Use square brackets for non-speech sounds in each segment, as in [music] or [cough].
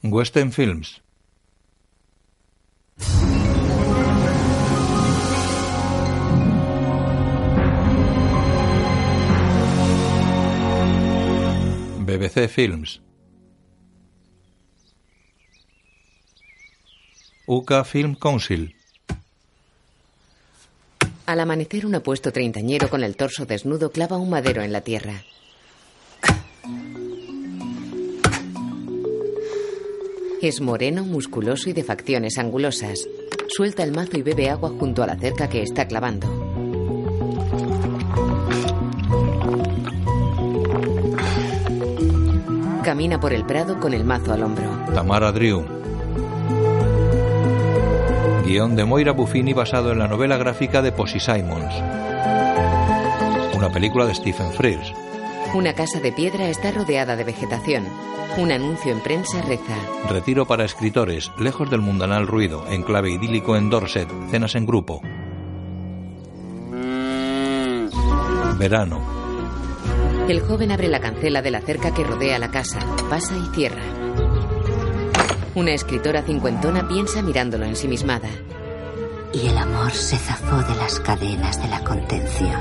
Western Films. BBC Films. UCA Film Council. Al amanecer, un apuesto treintañero con el torso desnudo clava un madero en la tierra. Es moreno, musculoso y de facciones angulosas. Suelta el mazo y bebe agua junto a la cerca que está clavando. Camina por el prado con el mazo al hombro. Tamara Drew. Guión de Moira Buffini basado en la novela gráfica de Posy Simons. Una película de Stephen Frears. Una casa de piedra está rodeada de vegetación. Un anuncio en prensa reza. Retiro para escritores, lejos del mundanal ruido, enclave idílico en Dorset, cenas en grupo. Verano. El joven abre la cancela de la cerca que rodea la casa, pasa y cierra. Una escritora cincuentona piensa mirándolo ensimismada. Y el amor se zafó de las cadenas de la contención.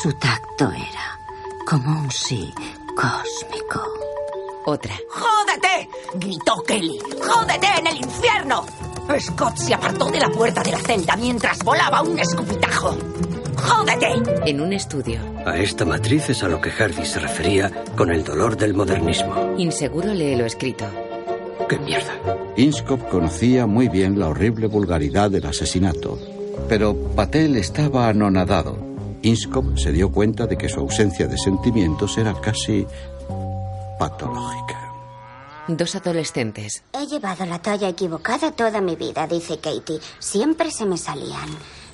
Su tacto era como un sí cósmico. Otra. ¡Jódete! gritó Kelly. ¡Jódete en el infierno! Scott se apartó de la puerta de la celda mientras volaba un escupitajo. ¡Jódete! En un estudio, A esta matriz es a lo que Hardy se refería con el dolor del modernismo. inseguro lee lo escrito. ¡Qué mierda! Inskop conocía muy bien la horrible vulgaridad del asesinato, pero Patel estaba anonadado. Inskop se dio cuenta de que su ausencia de sentimientos era casi patológica. Dos adolescentes. He llevado la talla equivocada toda mi vida, dice Katie. Siempre se me salían.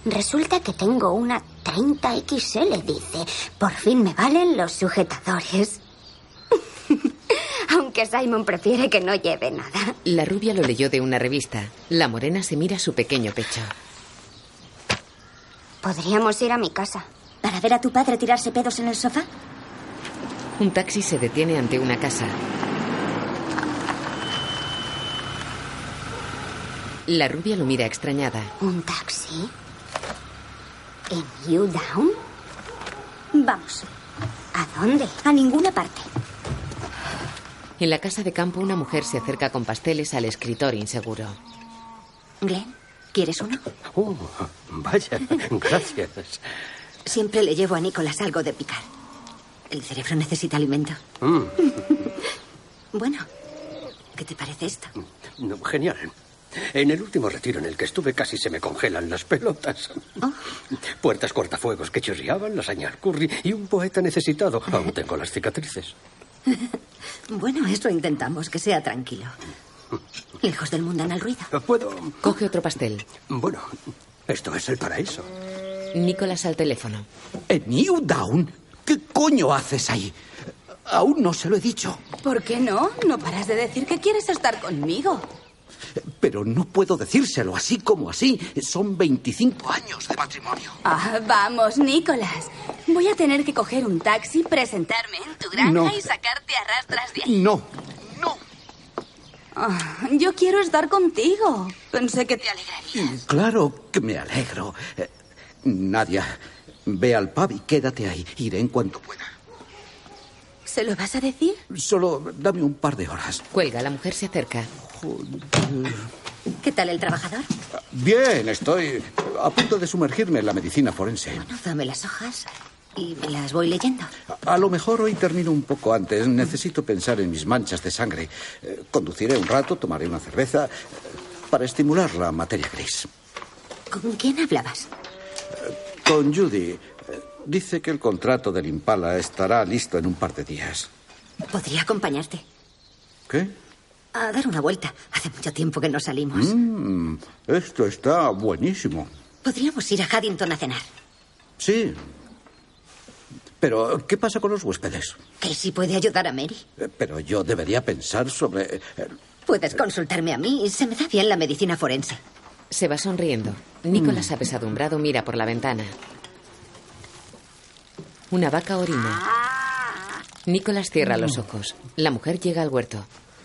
Resulta que tengo una 30XL, dice. Por fin me valen los sujetadores. [laughs] Aunque Simon prefiere que no lleve nada. La rubia lo leyó de una revista. La morena se mira su pequeño pecho. Podríamos ir a mi casa. ¿Para ver a tu padre tirarse pedos en el sofá? Un taxi se detiene ante una casa. La rubia lo mira extrañada. ¿Un taxi? ¿En You Down? Vamos, ¿A dónde? a ninguna parte. En la casa de campo una mujer se acerca con pasteles al escritor inseguro. Glenn, ¿quieres uno? ¡Uh! Vaya, [laughs] gracias. Siempre le llevo a Nicolás algo de picar. El cerebro necesita alimento. Mm, Bueno, ¿qué te parece esto? [laughs] no, genial. En el último retiro en el que estuve casi se me congelan las pelotas. Puertas cortafuegos que chirriaban, lasaña al curry y un poeta necesitado. Aún tengo las cicatrices. Bueno, eso intentamos, que sea tranquilo. Lejos del mundanal ruido. Puedo... Coge otro pastel. Bueno, esto es el paraíso. Nicolás al teléfono. ¿En Eh, New Down? ¿Qué coño haces ahí? Aún no se lo he dicho, ¿Por qué no? No paras de decir que quieres estar conmigo. pero no puedo decírselo así como así. Son 25 años de matrimonio. Ah, vamos, Nicolás. Voy a tener que coger un taxi, presentarme en tu granja No. y sacarte a rastras de ahí. No, no. Ah, yo quiero estar contigo. Pensé que te alegraría. Claro que me alegro. Eh, Nadia, ve al pub y quédate ahí. Iré en cuanto pueda. ¿Se lo vas a decir? Solo dame un par de horas. Cuelga, la mujer se acerca. ¿Qué tal el trabajador? Bien, estoy a punto de sumergirme en la medicina forense. No, dame las hojas y me las voy leyendo. A lo mejor hoy termino un poco antes. Necesito pensar en mis manchas de sangre. Eh, Conduciré un rato, tomaré una cerveza eh, para estimular la materia gris. ¿Con quién hablabas? Con Judy. eh, Dice que el contrato del Impala estará listo en un par de días. Podría acompañarte ¿Qué? a dar una vuelta. Hace mucho tiempo que no salimos. Mm, esto está buenísimo. Podríamos ir a Haddington a cenar. Sí. Pero, ¿qué pasa con los huéspedes? Casey puede ayudar a Mary. Eh, Pero yo debería pensar sobre... eh, Puedes consultarme a mí. Se me da bien la medicina forense. Se va sonriendo. Nicolás apesadumbrado mira por la ventana. Una vaca orina. Nicolás cierra los ojos. La mujer llega al huerto.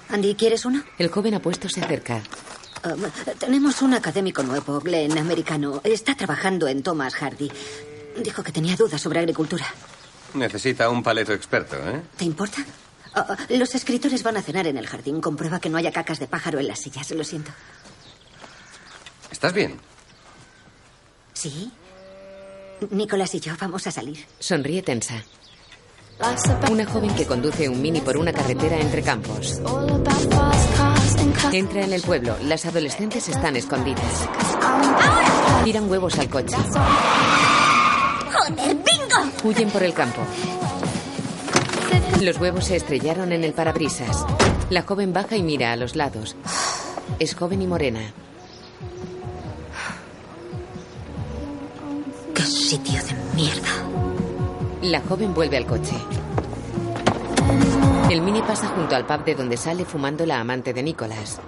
Andy, ¿quieres uno? El joven apuesto se acerca. Um, tenemos un académico nuevo, Glenn, americano. Está trabajando en Thomas Hardy. Dijo que tenía dudas sobre agricultura. Necesita un paleto experto, ¿eh? ¿Te importa? Ah, los escritores van a cenar en el jardín. Comprueba que no haya cacas de pájaro en las sillas. Lo siento. ¿Estás bien? ¿Sí? Nicolás y yo vamos a salir. Sonríe tensa. Una joven que conduce un mini por una carretera entre campos. Entra en el pueblo. Las adolescentes están escondidas. Tiran huevos al coche. ¡Joder, bingo! Huyen por el campo. Los huevos se estrellaron en el parabrisas. La joven baja y mira a los lados. Es joven y morena. ¡Qué sitio de mierda! La joven vuelve al coche. El mini pasa junto al pub de donde sale fumando la amante de Nicolás.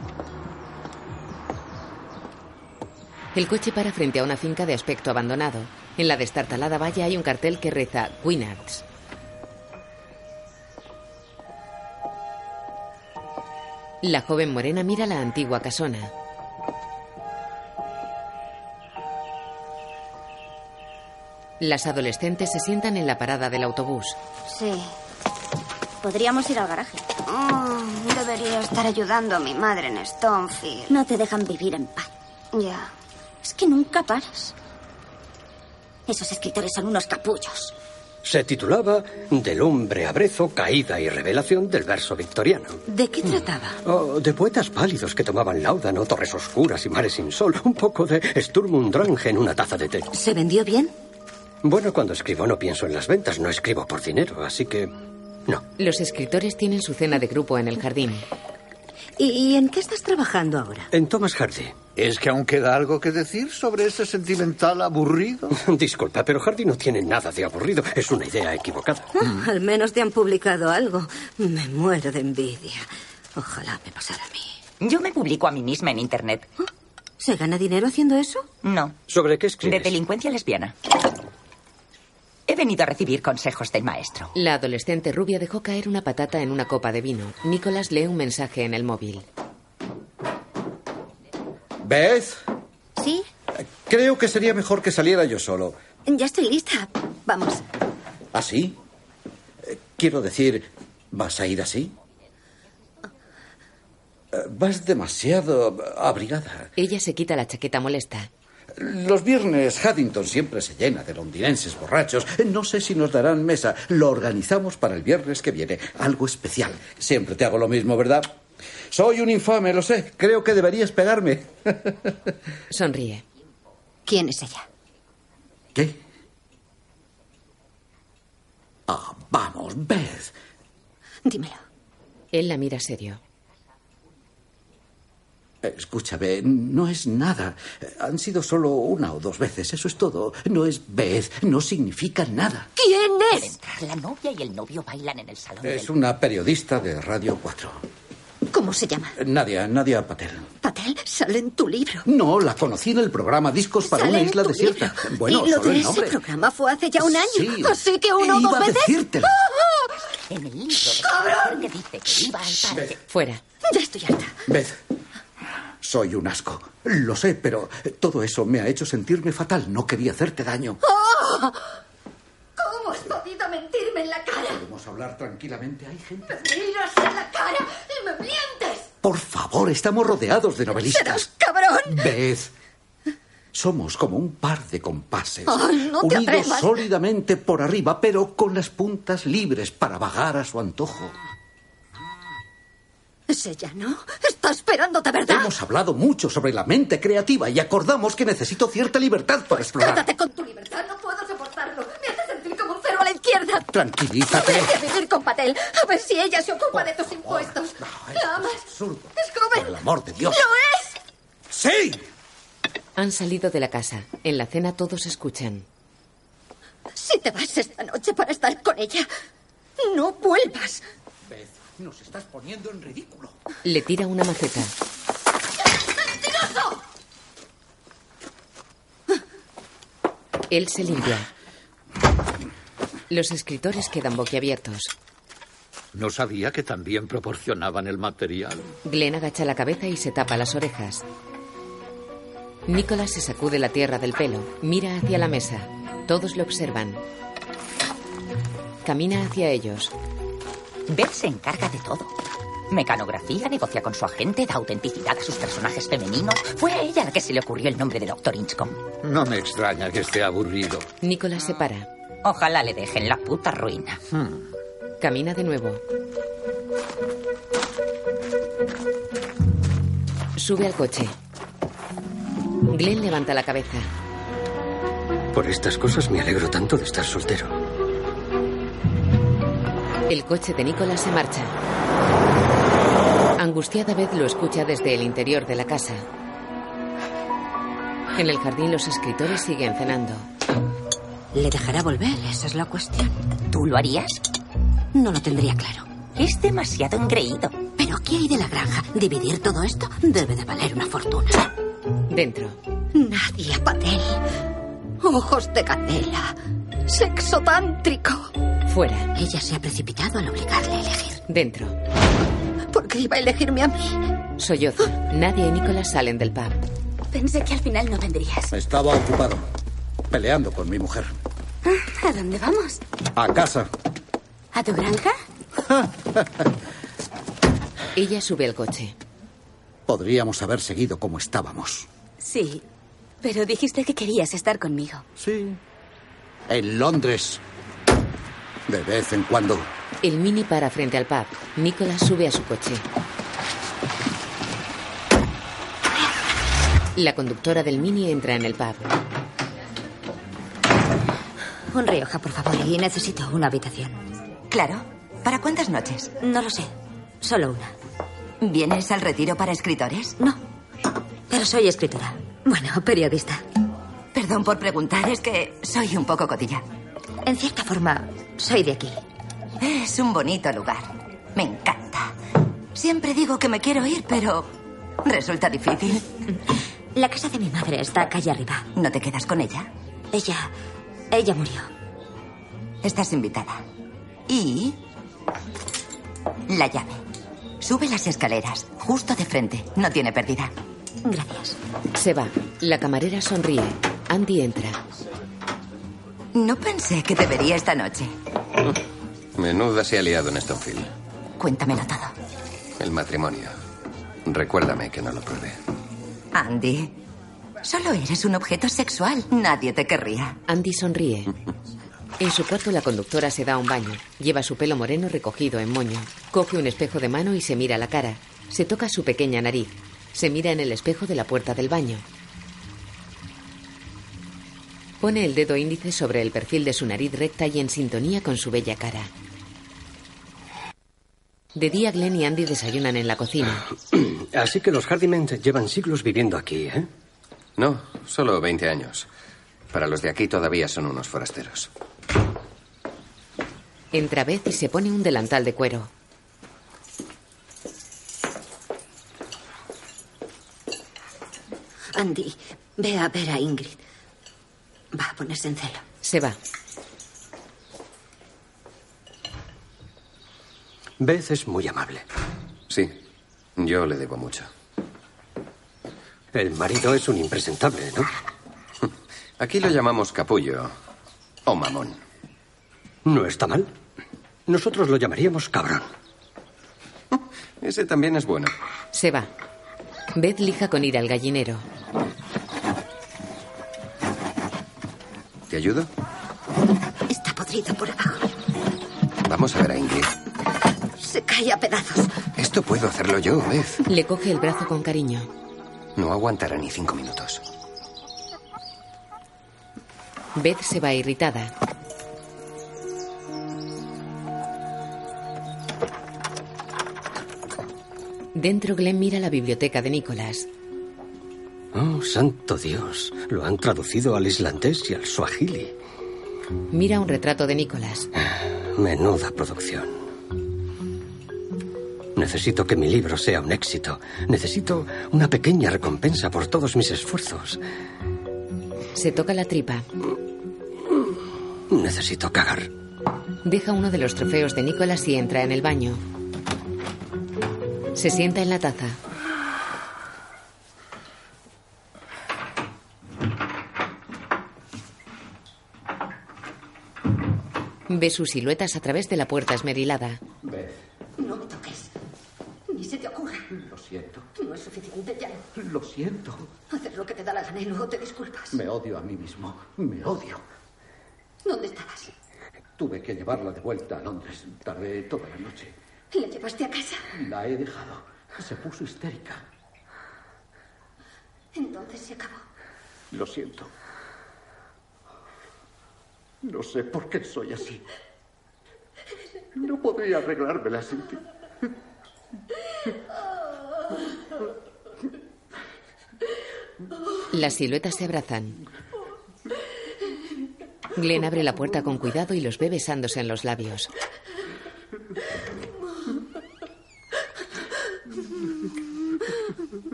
El coche para frente a una finca de aspecto abandonado. En la destartalada valla hay un cartel que reza Winards. La joven morena mira la antigua casona. Las adolescentes se sientan en la parada del autobús. Sí. Podríamos ir al garaje. Oh, debería estar ayudando a mi madre en Stonefield. No te dejan vivir en paz. Ya. Es que nunca paras. Esos escritores son unos capullos. Se titulaba Del hombre abrezo, caída y revelación del verso victoriano. ¿De qué trataba? Oh, de poetas pálidos que tomaban láudano, torres oscuras y mares sin sol. Un poco de Sturm und Drang en una taza de té. ¿Se vendió bien? Bueno, cuando escribo no pienso en las ventas, no escribo por dinero, así que... No. Los escritores tienen su cena de grupo en el jardín. ¿Y, y en qué estás trabajando ahora? En Thomas Hardy. ¿Es que aún queda algo que decir sobre ese sentimental aburrido? [laughs] Disculpa, pero Hardy no tiene nada de aburrido. Es una idea equivocada. Ah, al menos te han publicado algo. Me muero de envidia. Ojalá me pasara a mí. Yo me publico a mí misma en Internet. ¿Se gana dinero haciendo eso? No. ¿Sobre qué De escribes? delincuencia lesbiana. He venido a recibir consejos del maestro. La adolescente rubia dejó caer una patata en una copa de vino. Nicolás lee un mensaje en el móvil. ¿Ves? ¿Sí? Creo que sería mejor que saliera yo solo. Ya estoy lista. Vamos. ¿Así? Eh, Quiero decir, ¿vas a ir así? Eh, Vas demasiado abrigada. Ella se quita la chaqueta molesta. Los viernes Haddington siempre se llena de londinenses borrachos. No sé si nos darán mesa. Lo organizamos para el viernes que viene. Algo especial. Siempre te hago lo mismo, ¿verdad? Soy un infame, lo sé. Creo que deberías pegarme. Sonríe. ¿Quién es ella? ¿Qué? Ah, vamos, Beth. Dímelo. Él la mira serio. Escúchame, no es nada. Han sido solo una o dos veces, eso es todo. No es Beth, no significa nada. ¿Quién Al es? entrar, la novia y el novio bailan en el salón. Es del- una periodista de Radio 4. ¿Cómo se llama? Nadia, Nadia Patel. Patel, sale en tu libro. No, la conocí en el programa Discos para Sale una en isla tu desierta. libro. Bueno, y lo solo de el ese nombre. programa fue hace ya un año. Sí. Así que uno o Iba dos a veces. decírtelo. ¡Ah! En el libro de que dice que iba al parque. Fuera. Ya estoy harta. Beth, soy un asco. Lo sé, pero todo eso me ha hecho sentirme fatal. No quería hacerte daño. ¡Oh! ¿Cómo has podido mentirme en la cara? Podemos hablar tranquilamente. Hay gente. Me miras en la cara y me mientes. Por favor, estamos rodeados de ¡Serás novelistas. cabrón! Beth, somos como un par de compases. Ay, no te unidos atrevas. sólidamente por arriba, pero con las puntas libres para vagar a su antojo. Es ella, ¿no? Está esperándote, ¿verdad? Hemos hablado mucho sobre la mente creativa y acordamos que necesito cierta libertad Pues para explorar. Cárdate con tu libertad, no puedo soportarlo. Me hace sentir como un cero a la izquierda. Tranquilízate. Vete a vivir con Patel. A ver si ella se ocupa de tus impuestos. No, esto La amas. es absurdo. Es joven. Por el amor de Dios. ¡Lo es! ¡Sí! Han salido de la casa. En la cena todos escuchan. Si te vas esta noche para estar con ella, no vuelvas. Beth, nos estás poniendo en ridículo. Le tira una maceta. Él se limpia. Los escritores quedan boquiabiertos. No sabía que también proporcionaban el material. Glenn agacha la cabeza y se tapa las orejas. Nicholas se sacude la tierra del pelo, mira hacia la mesa. Todos le observan. Camina hacia ellos. Beth se encarga de todo. Mecanografía, negocia con su agente, da autenticidad a sus personajes femeninos. Fue a ella la que se le ocurrió el nombre de Doctor Inchcombe. No me extraña que esté aburrido. Nicholas se para. Ojalá le dejen la puta ruina. Camina de nuevo. Sube al coche. Glenn levanta la cabeza. Por estas cosas me alegro tanto de estar soltero. El coche de Nicolas se marcha. Angustiada Beth lo escucha desde el interior de la casa. En el jardín los escritores siguen cenando. ¿Le dejará volver? Esa es la cuestión. ¿Tú lo harías? No lo tendría claro. Es demasiado engreído. ¿Pero qué hay de la granja? ¿Dividir todo esto? Debe de valer una fortuna. Dentro. Nadia Patel. Ojos de candela. Sexo tántrico. Fuera. Ella se ha precipitado al obligarle a elegir. Dentro. ¿Por qué iba a elegirme a mí? Solloza. Nadia y Nicolas salen del pub. Pensé que al final no vendrías. Estaba ocupado, peleando con mi mujer. Ah, ¿A dónde vamos? A casa. ¿A tu granja? Ella sube al coche. Podríamos haber seguido como estábamos. Sí. Pero dijiste que querías estar conmigo. Sí. En Londres. De vez en cuando. El mini para frente al pub. Nicolas sube a su coche. La conductora del mini entra en el pub. Un Rioja, por favor, y necesito una habitación. Claro. ¿Para cuántas noches? No lo sé. Solo una. ¿Vienes al retiro para escritores? No. Pero soy escritora. Bueno, periodista. Perdón por preguntar, es que soy un poco cotilla. En cierta forma, soy de aquí. Es un bonito lugar. Me encanta. Siempre digo que me quiero ir, pero resulta difícil. La casa de mi madre está calle arriba. ¿No te quedas con ella? Ella. Ella murió. Estás invitada. Y... La llave. Sube las escaleras, justo de frente. No tiene pérdida. Gracias. Se va. La camarera sonríe. Andy entra. No pensé que te vería esta noche. Menuda se ha liado en Stonefield. Cuéntamelo todo. El matrimonio. Recuérdame que no lo pruebe. Andy, solo eres un objeto sexual. Nadie te querría. Andy sonríe. En su cuarto la conductora se da un baño. Lleva su pelo moreno recogido en moño. Coge un espejo de mano y se mira la cara. Se toca su pequeña nariz. Se mira en el espejo de la puerta del baño. Pone el dedo índice sobre el perfil de su nariz recta y en sintonía con su bella cara. De día Glenn y Andy desayunan en la cocina. Así que los Hardimen llevan siglos viviendo aquí, ¿eh? No, solo 20 años. Para los de aquí todavía son unos forasteros. Entra Beth y se pone un delantal de cuero. Andy, ve a ver a Ingrid. Va a ponerse en celo. Se va. Beth es muy amable. Sí, yo le debo mucho. El marido es un impresentable, ¿no? [laughs] Aquí lo llamamos capullo o mamón. No está mal. Nosotros lo llamaríamos cabrón. Ese también es bueno. Se va. Beth lija con ira al gallinero. ¿Te ayudo? Está podrido por abajo. Vamos a ver a Ingrid. Se cae a pedazos. Esto puedo hacerlo yo, Beth. Le coge el brazo con cariño. No aguantará ni cinco minutos. Beth se va irritada. Dentro Glenn mira la biblioteca de Nicholas. Oh, santo Dios. Lo han traducido al islandés y al suajili. Mira un retrato de Nicholas. Menuda producción. Necesito que mi libro sea un éxito. Necesito una pequeña recompensa por todos mis esfuerzos. Se toca la tripa. Necesito cagar. Deja uno de los trofeos de Nicholas y entra en el baño. Se sienta en la taza. Ve sus siluetas a través de la puerta esmerilada. No me toques. Ni se te ocurra. Lo siento. No es suficiente ya. Lo siento. Hacer lo que te da la gana y luego te disculpas. Me odio a mí mismo. Me odio. ¿Dónde estabas? Tuve que llevarla de vuelta a Londres. Tardé toda la noche. ¿La llevaste a casa? La he dejado. Se puso histérica. Entonces se acabó. Lo siento. No sé por qué soy así. No podría arreglármela sin ti. Las siluetas se abrazan. Glenn abre la puerta con cuidado y los ve besándose en los labios.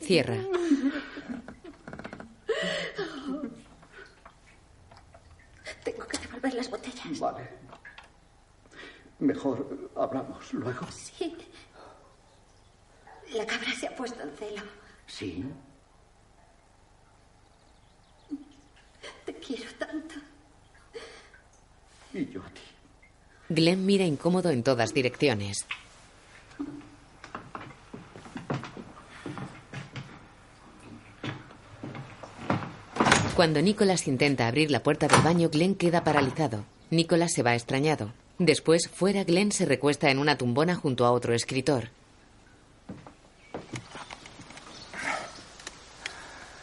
Cierra. Tengo que devolver las botellas. Vale. Mejor hablamos luego. Sí. La cabra se ha puesto en celo. Sí. Te quiero tanto. Y yo a ti. Glenn mira incómodo en todas direcciones. Cuando Nicholas intenta abrir la puerta del baño, Glenn queda paralizado. Nicholas se va extrañado. Después, fuera, Glenn se recuesta en una tumbona junto a otro escritor.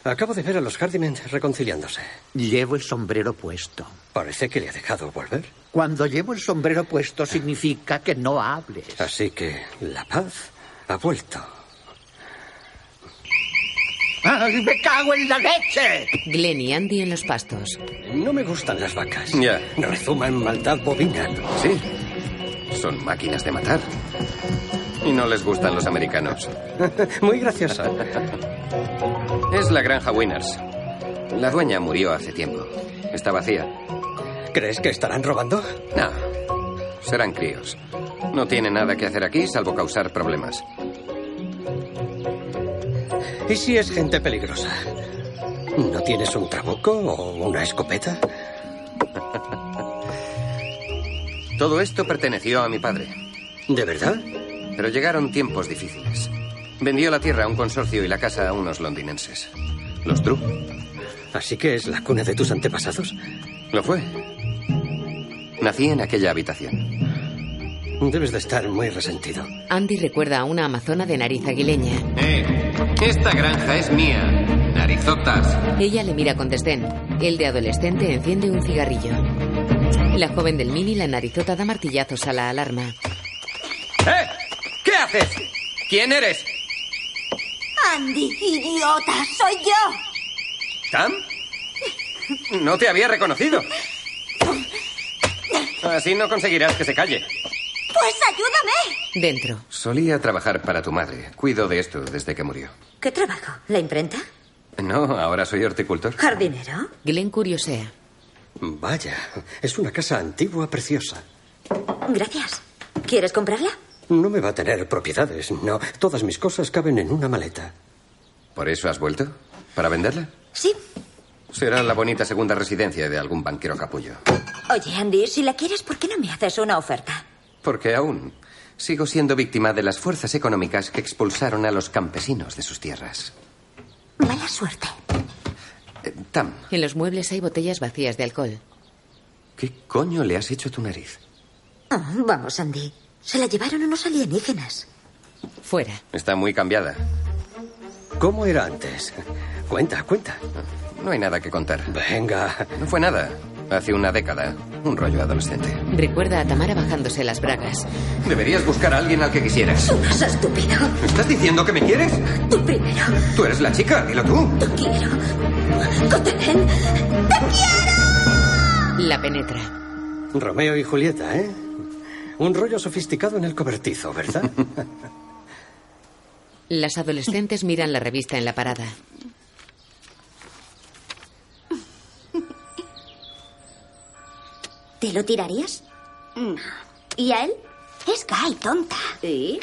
Acabo de ver a los Hardiment reconciliándose. Llevo el sombrero puesto. Parece que le ha dejado volver. Cuando llevo el sombrero puesto significa que no hables. Así que la paz ha vuelto. [laughs] ¡Ay, me cago en la leche! Glenn y Andy en los pastos. No me gustan las vacas. Ya. Rezuma en maldad bovina. Sí. Son máquinas de matar. Y no les gustan los americanos. Muy graciosa. Es la granja Winners. La dueña murió hace tiempo. Está vacía. ¿Crees que estarán robando? No. Serán críos. No tiene nada que hacer aquí salvo causar problemas. ¿Y si es gente peligrosa? ¿No tienes un trabuco o una escopeta? [laughs] Todo esto perteneció a mi padre. ¿De verdad? Pero llegaron tiempos difíciles. Vendió la tierra a un consorcio y la casa a unos londinenses. Los Drew. Así que es la cuna de tus antepasados. Lo fue. Nací en aquella habitación. Debes de estar muy resentido. Andy recuerda a una amazona de nariz aguileña. ¡Eh! Esta granja es mía. Narizotas. Ella le mira con desdén. El de adolescente enciende un cigarrillo. La joven del mini, la narizota, da martillazos a la alarma. ¡Eh! ¿Qué haces? ¿Quién eres? Andy, idiota, soy yo. ¿Tam? No te había reconocido. Así no conseguirás que se calle. Pues ayúdame. Dentro. Solía trabajar para tu madre. Cuido de esto desde que murió. ¿Qué trabajo? ¿La imprenta? No, ahora soy horticultor. ¿Jardinero? Glenn curiosea. Vaya, es una casa antigua preciosa. Gracias. ¿Quieres comprarla? No me va a tener propiedades, no. Todas mis cosas caben en una maleta. ¿Por eso has vuelto? ¿Para venderla? Sí. Será la bonita segunda residencia de algún banquero capullo. Oye, Andy, si la quieres, ¿por qué no me haces una oferta? Porque aún sigo siendo víctima de las fuerzas económicas que expulsaron a los campesinos de sus tierras. Mala suerte. Eh, Tam, En los muebles hay botellas vacías de alcohol. ¿qué coño le has hecho a tu nariz? Ah, vamos, Andy. Se la llevaron unos alienígenas. Fuera. Está muy cambiada. ¿Cómo era antes? Cuenta, cuenta. No hay nada que contar. Venga. No fue nada. Hace una década. Un rollo adolescente. Recuerda a Tamara bajándose las bragas. Deberías buscar a alguien al que quisieras. Es estúpido. ¿Estás diciendo que me quieres? Tú primero. Tú eres la chica, dilo tú. Te quiero. Cotelen. Te quiero. La penetra. Romeo y Julieta, ¿eh? Un rollo sofisticado en el cobertizo, ¿verdad? Las adolescentes miran la revista en la parada. ¿Te lo tirarías? No. ¿Y a él? Es gay, tonta. ¿Y?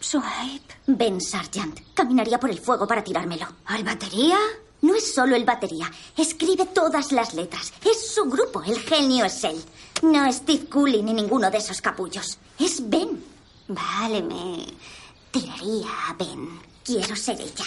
Swipe. Ben Sargent. Caminaría por el fuego para tirármelo. ¿Al batería? No es solo el batería. Escribe todas las letras. Es su grupo. El genio es él. No Steve Cooley ni ninguno de esos capullos. Es Ben. Vale, me tiraría a Ben. Quiero ser ella.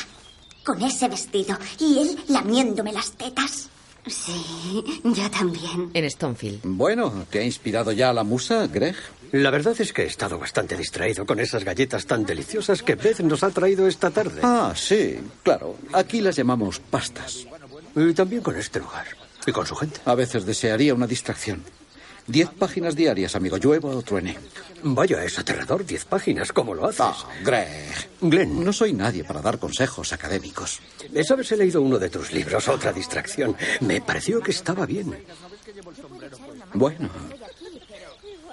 Con ese vestido. Y él lamiéndome las tetas. Sí, yo también. En Stonefield. [laughs] Bueno, ¿te ha inspirado ya la musa, Greg? La verdad es que he estado bastante distraído con esas galletas tan deliciosas que Beth nos ha traído esta tarde. Ah, sí, claro. Aquí las llamamos pastas. Y también con este lugar. Y con su gente. A veces desearía una distracción. Diez páginas diarias, amigo. Llueva o truene. Vaya, es aterrador. Diez páginas. ¿Cómo lo haces? Ah. Greg. Glenn. No soy nadie para dar consejos académicos. Sabes, he leído uno de tus libros, otra distracción. Me pareció que estaba bien. Bueno.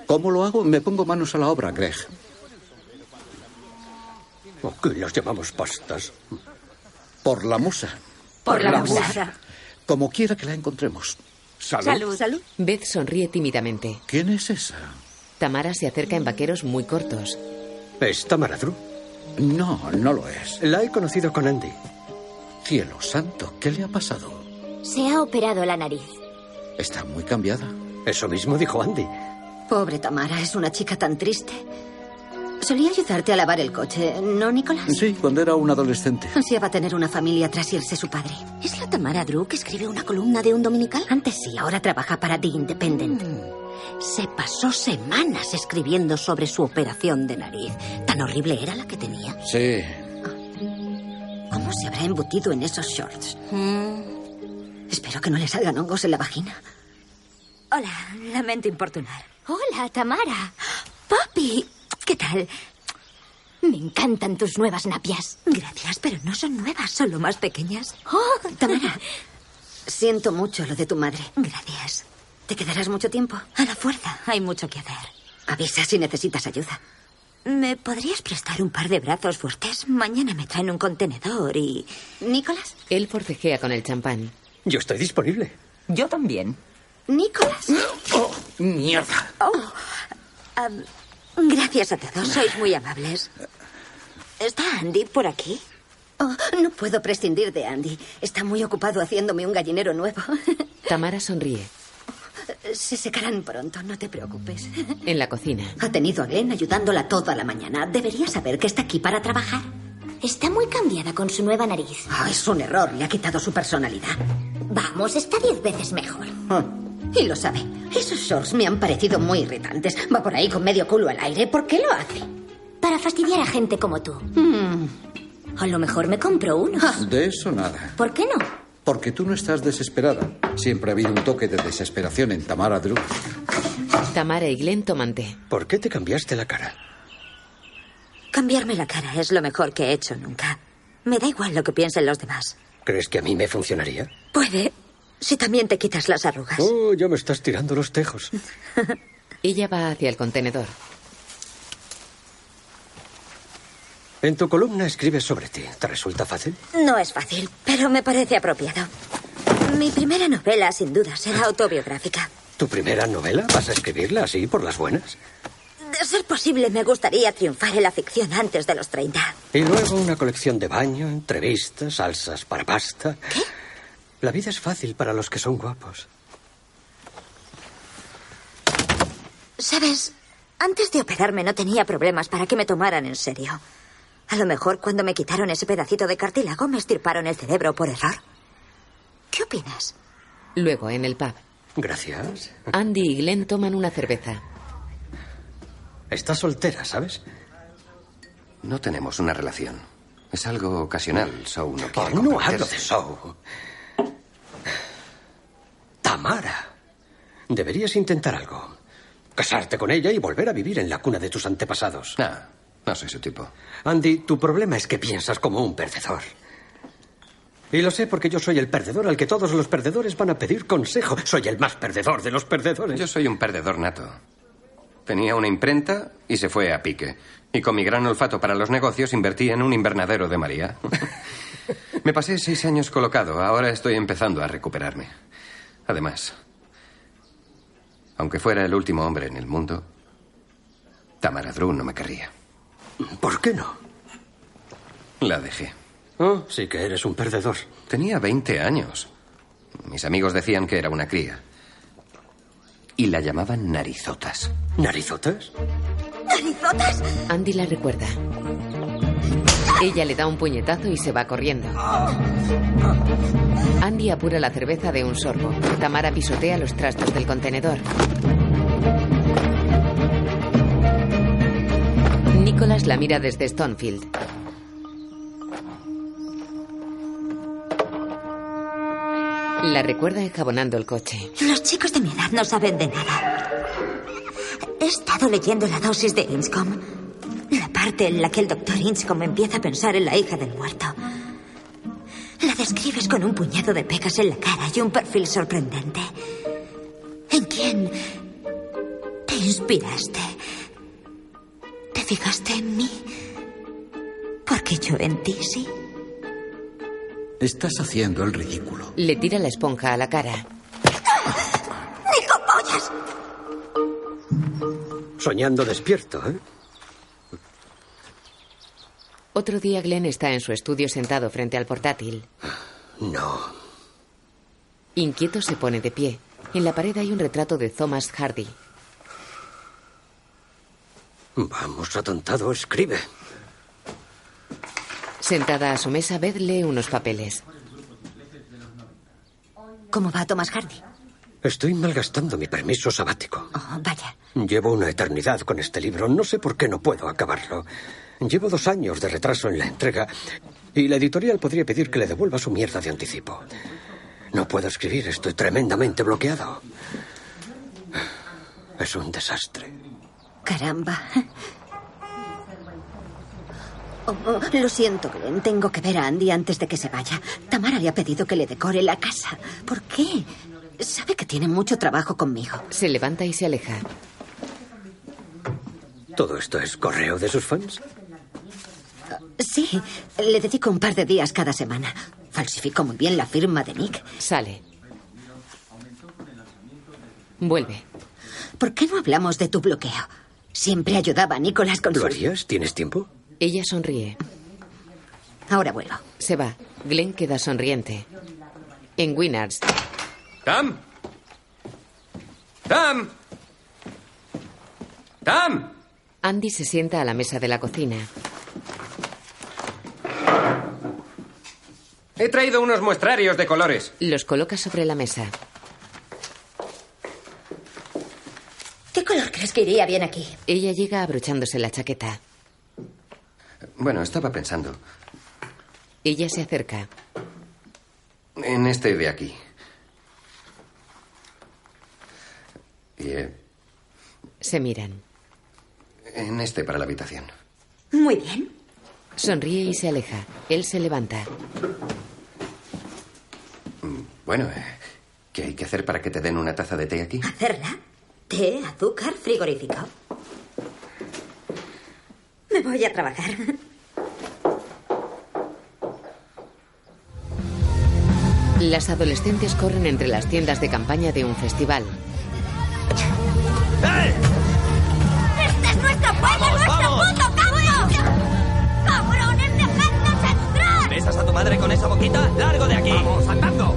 ¿Cómo lo hago? Me pongo manos a la obra, Greg. Aquí las llamamos pastas. Por la musa. Por la musa. Como quiera que la encontremos. Salud. Salud. Beth sonríe tímidamente. ¿Quién es esa? Tamara se acerca en vaqueros muy cortos. ¿Es Tamara Drew? No, no lo es. La he conocido con Andy. Cielo santo, ¿qué le ha pasado? Se ha operado la nariz. Está muy cambiada. Eso mismo dijo Andy. Pobre Tamara, es una chica tan triste. Solía ayudarte a lavar el coche, ¿no, Nicolás? Sí, cuando era un adolescente. Así va a tener una familia tras irse su padre. ¿Es la Tamara Drew que escribe una columna de un dominical? Antes sí, ahora trabaja para The Independent. Se pasó semanas escribiendo sobre su operación de nariz. Tan horrible era la que tenía. Sí. Ah. ¿Cómo se habrá embutido en esos shorts? Mm, Espero que no le salgan hongos en la vagina. Hola, lamento importunar. Hola, Tamara. Papi, ¿qué tal? Me encantan tus nuevas napias. Gracias, pero no son nuevas, son lo más pequeñas. Oh, Tamara, siento mucho lo de tu madre. Gracias. ¿Te quedarás mucho tiempo? A la fuerza, hay mucho que hacer. Avisa si necesitas ayuda. ¿Me podrías prestar un par de brazos fuertes? Mañana me traen un contenedor y... ¿Nicolás? Él forcejea con el champán. Yo estoy disponible. Yo también. [gasps] ¿Nicolás? ¡Oh, mierda! Oh, am, gracias a todos, sois muy amables. ¿Está Andy por aquí? Oh, no puedo prescindir de Andy. Está muy ocupado haciéndome un gallinero nuevo. [laughs] Tamara sonríe. Se secarán pronto, no te preocupes. En la cocina. Ha tenido a Glenn ayudándola toda la mañana. Debería saber que está aquí para trabajar. Está muy cambiada con su nueva nariz. Ah, es un error, le ha quitado su personalidad. Ah, Vamos, está diez veces mejor. Y lo sabe. Esos shorts me han parecido muy irritantes. Va por ahí con medio culo al aire. ¿Por qué lo hace? Para fastidiar a gente como tú. Mm, A lo mejor me compro unos. Ah. De eso nada. ¿Por qué no? Porque tú no estás desesperada. Siempre ha habido un toque de desesperación en Tamara Drew. Tamara y Glenn toman té. ¿Por qué te cambiaste la cara? Cambiarme la cara es lo mejor que he hecho nunca. Me da igual lo que piensen los demás. ¿Crees que a mí me funcionaría? Puede, si también te quitas las arrugas. Oh, ya me estás tirando los tejos. Ella va hacia el contenedor. En tu columna escribes sobre ti. ¿Te resulta fácil? No es fácil, pero me parece apropiado. Mi primera novela, sin duda, será autobiográfica. ¿Tu primera novela? ¿Vas a escribirla así por las buenas? De ser posible, me gustaría triunfar en la ficción antes de los 30. Y luego una colección de baño, entrevistas, salsas para pasta. ¿Qué? La vida es fácil para los que son guapos. ¿Sabes? Antes de operarme no tenía problemas para que me tomaran en serio. A lo mejor cuando me quitaron ese pedacito de cartílago me estirparon el cerebro por error. ¿Qué opinas? Luego, en el pub, Gracias. Andy y Glenn toman una cerveza. Estás soltera, ¿sabes? No tenemos una relación. Es algo ocasional. Show Ah, no quiere no hablo comprometerse. de Show. Tamara. Deberías intentar algo. Casarte con ella y volver a vivir en la cuna de tus antepasados. No, no soy su tipo. Andy, tu problema es que piensas como un perdedor. Y lo sé porque yo soy el perdedor al que todos los perdedores van a pedir consejo. Soy el más perdedor de los perdedores. Yo soy un perdedor nato. Tenía una imprenta y se fue a pique. Y con mi gran olfato para los negocios invertí en un invernadero de [laughs] María. Me pasé seis años colocado. Ahora estoy empezando a recuperarme. Además, Aunque fuera el último hombre en el mundo, Tamara Drew no me querría. ¿Por qué no? La dejé. Oh, sí que eres un perdedor. Tenía 20 años. Mis amigos decían que era una cría. Y la llamaban narizotas. ¿Narizotas? ¿Narizotas? Andy la recuerda. Ella le da un puñetazo y se va corriendo. Andy apura la cerveza de un sorbo. Tamara pisotea los trastos del contenedor. Nicholas la mira desde Stonefield. La recuerda enjabonando el coche. Los chicos de mi edad no saben de nada. He estado leyendo la dosis de Inscom. La parte en la que el doctor Inscom empieza a pensar en la hija del muerto. La describes con un puñado de pecas en la cara y un perfil sorprendente. ¿En quién te inspiraste? ¿Te fijaste en mí? Porque yo en ti sí. Estás haciendo el ridículo. Le tira la esponja a la cara. Soñando despierto, ¿eh? Otro día Glenn está en su estudio sentado frente al portátil. No. Inquieto se pone de pie. En la pared hay un retrato de Thomas Hardy. Vamos, ratontado, escribe. Sentada a su mesa, Beth lee unos papeles. ¿Cómo va Thomas Hardy? Estoy malgastando mi permiso sabático. Oh, vaya. Llevo una eternidad con este libro. No sé por qué no puedo acabarlo. Llevo dos años de retraso en la entrega y la editorial podría pedir que le devuelva su mierda de anticipo. No puedo escribir, estoy tremendamente bloqueado. Es un desastre. Caramba. Oh, oh, lo siento, Glenn. Tengo que ver a Andy antes de que se vaya. Tamara le ha pedido que le decore la casa. ¿Por qué? Sabe que tiene mucho trabajo conmigo. Se levanta y se aleja. ¿Todo esto es correo de sus fans? Sí, le dedico un par de días cada semana. Falsifico muy bien la firma de Nick. Sale. Vuelve. ¿Por qué no hablamos de tu bloqueo? Siempre ayudaba a Nicolás con ¿Lo su- harías? ¿Tienes tiempo? Ella sonríe. Ahora vuelvo. Se va. Glenn queda sonriente. En Winards, ¡Tam! ¡Tam! ¡Tam! Andy se sienta a la mesa de la cocina. He traído unos muestrarios de colores. Los coloca sobre la mesa. ¿Qué color crees que iría bien aquí? Ella llega abrochándose la chaqueta. Bueno, estaba pensando Ella se acerca. en este de aquí. Y eh, Se miran. en este para la habitación. Muy bien. Sonríe y se aleja. Él se levanta. Bueno, eh, ¿qué hay que hacer para que te den una taza de té aquí? ¿Hacerla? Té, azúcar, frigorífico. Me voy a trabajar. Las adolescentes corren entre las tiendas de campaña de un festival. ¡Esta es nuestra puerta, nuestro puto campo! ¡Cabrones, dejadnos entrar! ¿Besas a tu madre con esa boquita? ¡Largo de aquí! ¡Vamos, andando!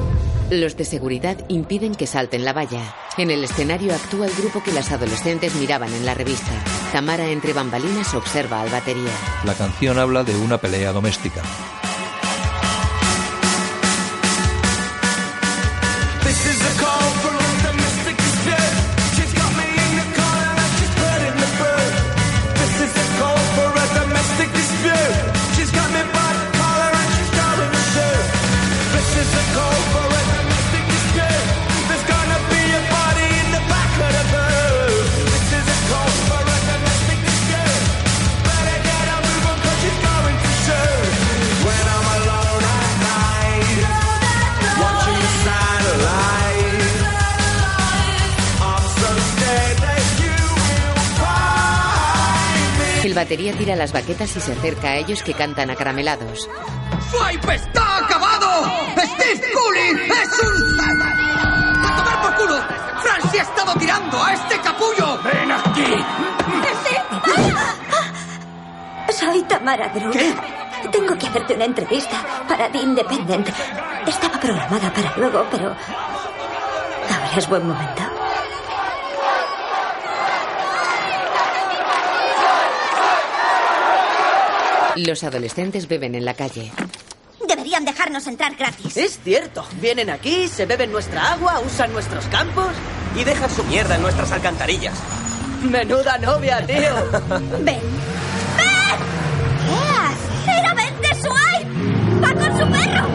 Los de seguridad impiden que salten la valla. En el escenario actúa el grupo que las adolescentes miraban en la revista. Tamara entre bambalinas observa al batería. La canción habla de una pelea doméstica. This is a call from the mystic is dead. She's got me in the corner and she's burning the bird. This is a call for a domestic dispute. She's got me by the collar and she's down in the shirt. This is a call for a domestic dispute. There's gonna be a body in the back of the bird. This is a call for a domestic dispute. Better get a move on 'cause she's going to shoot. When I'm alone at night, watching the satellite. I'm so scared that you will find me. El batería tira las baquetas y se acerca a ellos que cantan acaramelados. ¡Swipe está acabado! ¡Steve Cooley es un... ¡A tomar por culo! ¡Francie ha estado tirando a este capullo! ¡Ven aquí! Soy Tamara Drew. Tengo que hacerte una entrevista para The Independent. Estaba programada para luego, pero. Ahora es buen momento. Los adolescentes beben en la calle. Deberían dejarnos entrar gratis. Es cierto. Vienen aquí, se beben nuestra agua, usan nuestros campos y dejan su mierda en nuestras alcantarillas. Menuda novia, tío. Ven. ¡Eas! ¡Era Ben de Suárez! ¡Va con su perro!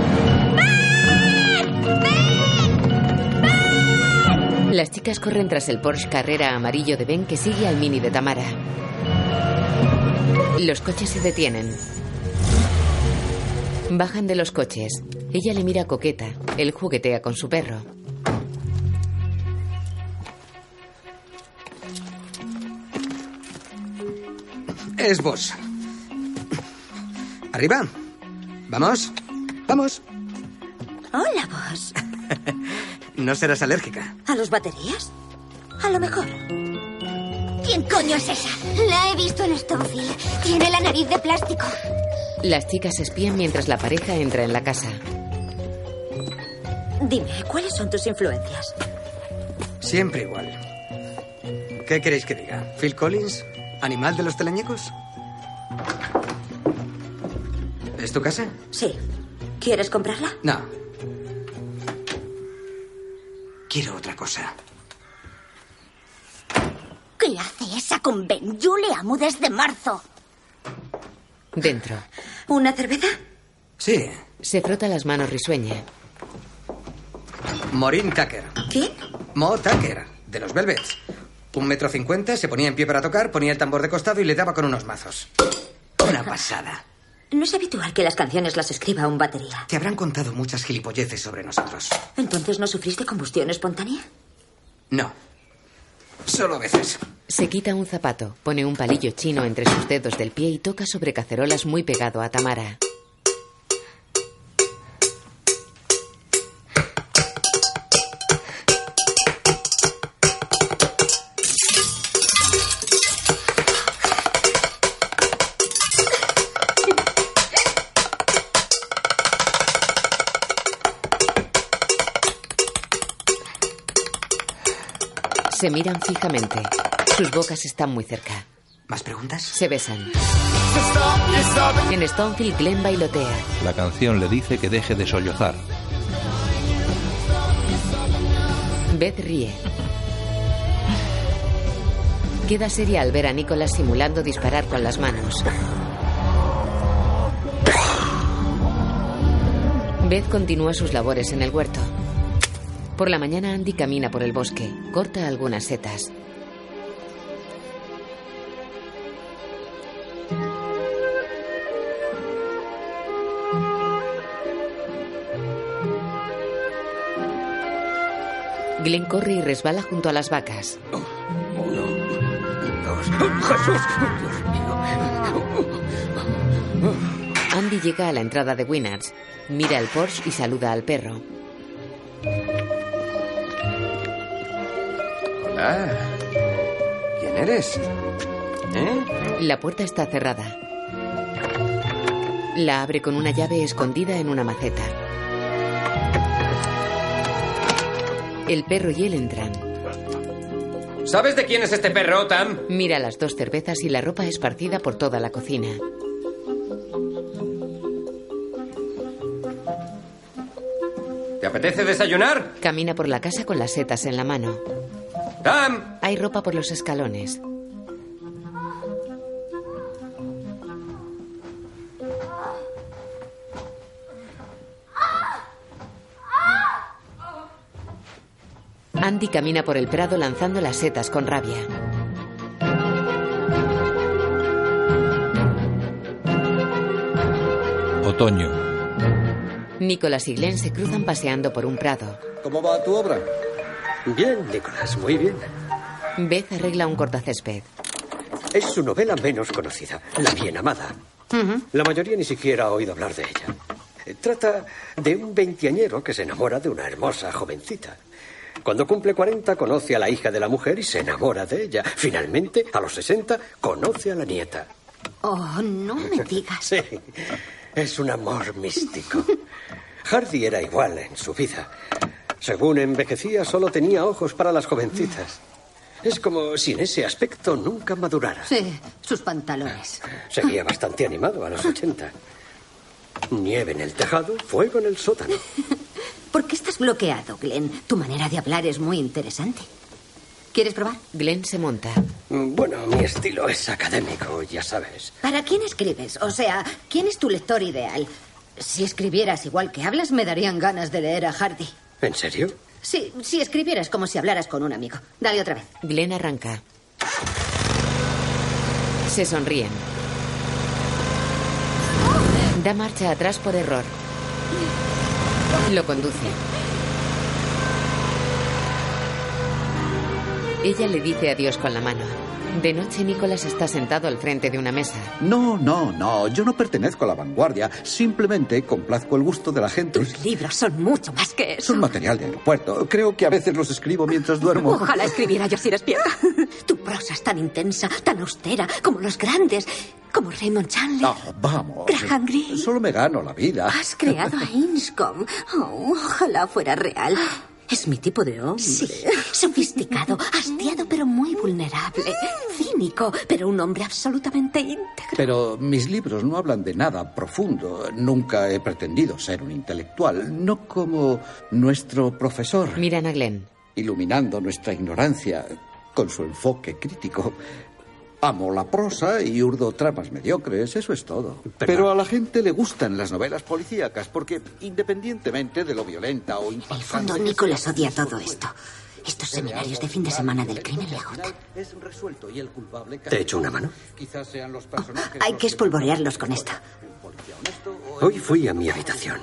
Las chicas corren tras el Porsche carrera amarillo de Ben que sigue al mini de Tamara. Los coches se detienen. Bajan de los coches. Ella le mira coqueta. Él juguetea con su perro. Es vos. Arriba. Vamos. Vamos. Hola, vos. No serás alérgica. ¿A los baterías? A lo mejor. ¿Quién coño es esa? La he visto en Stonefield. Tiene la nariz de plástico. Las chicas espían mientras la pareja entra en la casa. Dime, ¿cuáles son tus influencias? Siempre igual. ¿Qué queréis que diga? ¿Phil Collins? ¿Animal de los teleñecos? ¿Es tu casa? Sí. ¿Quieres comprarla? No. Quiero otra cosa. ¿Qué hace esa con Ben? Yo le amo desde marzo. Dentro. ¿Una cerveza? Sí. Se frota las manos risueña. Maureen Tucker. ¿Quién? Mo Tucker, de los Velvets. Un metro cincuenta, se ponía en pie para tocar, ponía el tambor de costado y le daba con unos mazos. Una pasada. No es habitual que las canciones las escriba un batería. Te habrán contado muchas gilipolleces sobre nosotros. ¿Entonces no sufriste combustión espontánea? [laughs] No. Solo Pues a veces. Se quita un zapato, pone un palillo chino entre sus dedos del pie y toca sobre cacerolas muy pegado a Tamara. Se miran fijamente. Sus bocas están muy cerca. ¿Más preguntas? Se besan. En Stonefield, Glenn bailotea. La canción le dice que deje de sollozar. Beth ríe. Queda seria al ver a Nicholas simulando disparar con las manos. Beth continúa sus labores en el huerto. Por la mañana Andy camina por el bosque, corta algunas setas. Glenn corre y resbala junto a las vacas. Jesús, Dios mío. Andy llega a la entrada de Winners, mira el Porsche y saluda al perro. Hola. ¿Quién eres? ¿Eh? La puerta está cerrada. La abre con una llave escondida en una maceta. El perro y él entran. ¿Sabes de quién es este perro, Tam? Mira las dos cervezas y la ropa esparcida por toda la cocina. ¿Te apetece desayunar? Camina por la casa con las setas en la mano. ¡Tam! Hay ropa por los escalones. Andy camina por el prado lanzando las setas con rabia. Otoño. Nicolas y Glenn se cruzan paseando por un prado. ¿Cómo va tu obra? Bien, Nicolás, muy bien. Beth arregla un cortacésped. Es su novela menos conocida, La bien amada. La mayoría ni siquiera ha oído hablar de Eh, ella. Trata de un veinteañero que se enamora de una hermosa jovencita. Cuando cumple 40 conoce a la hija de la mujer y se enamora de ella. Finalmente, a los 60, conoce a la nieta. Oh, no [laughs] me digas. Sí, es un amor místico. Hardy era igual en su vida. Según envejecía, solo tenía ojos para las jovencitas. Es como si en ese aspecto nunca madurara. Sí, sus pantalones. Ah, Seguía bastante animado a los 80. Nieve en el tejado, fuego en el sótano. ¿Por qué estás bloqueado, Glenn? Tu manera de hablar es muy interesante. ¿Quieres probar? Glenn se monta. Bueno, mi estilo es académico, ya sabes. ¿Para quién escribes? O sea, ¿quién es tu lector ideal? Si escribieras igual que hablas, me darían ganas de leer a Hardy. ¿En serio? Sí, si escribieras como si hablaras con un amigo. Dale otra vez. Glenn arranca. Se sonríen. Da marcha atrás por error. Lo conduce. Ella le dice adiós con la mano. De noche, Nicholas está sentado al frente de una mesa. No, no, no. Yo no pertenezco a la vanguardia. Simplemente complazco el gusto de la gente. Tus libros son mucho más que eso. Son material de aeropuerto. Creo que a veces los escribo mientras duermo. Ojalá escribiera yo si despierta. Tu prosa es tan intensa, tan austera, como los grandes, como Raymond Chandler. No, Ah, vamos. Graham Greene. Ah, Solo me gano la vida. Has creado a Inscom. Oh, ojalá fuera real. Es mi tipo de hombre. Sí, sofisticado, hastiado pero muy vulnerable, cínico, pero un hombre absolutamente íntegro. Pero mis libros no hablan de nada profundo. Nunca he pretendido ser un intelectual, no como nuestro profesor, Miran a Glenn. iluminando nuestra ignorancia con su enfoque crítico. Amo la prosa y urdo tramas mediocres, eso es todo. Pero a la gente le gustan las novelas policíacas, porque independientemente de lo violenta o impactante... fondo, Nicolás odia todo esto. Estos seminarios de fin de semana del crimen le agotan. Es resuelto y el culpable... ¿Te echo una mano? Quizás sean los personajes... Hay que espolvorearlos con esto. Hoy fui a mi habitación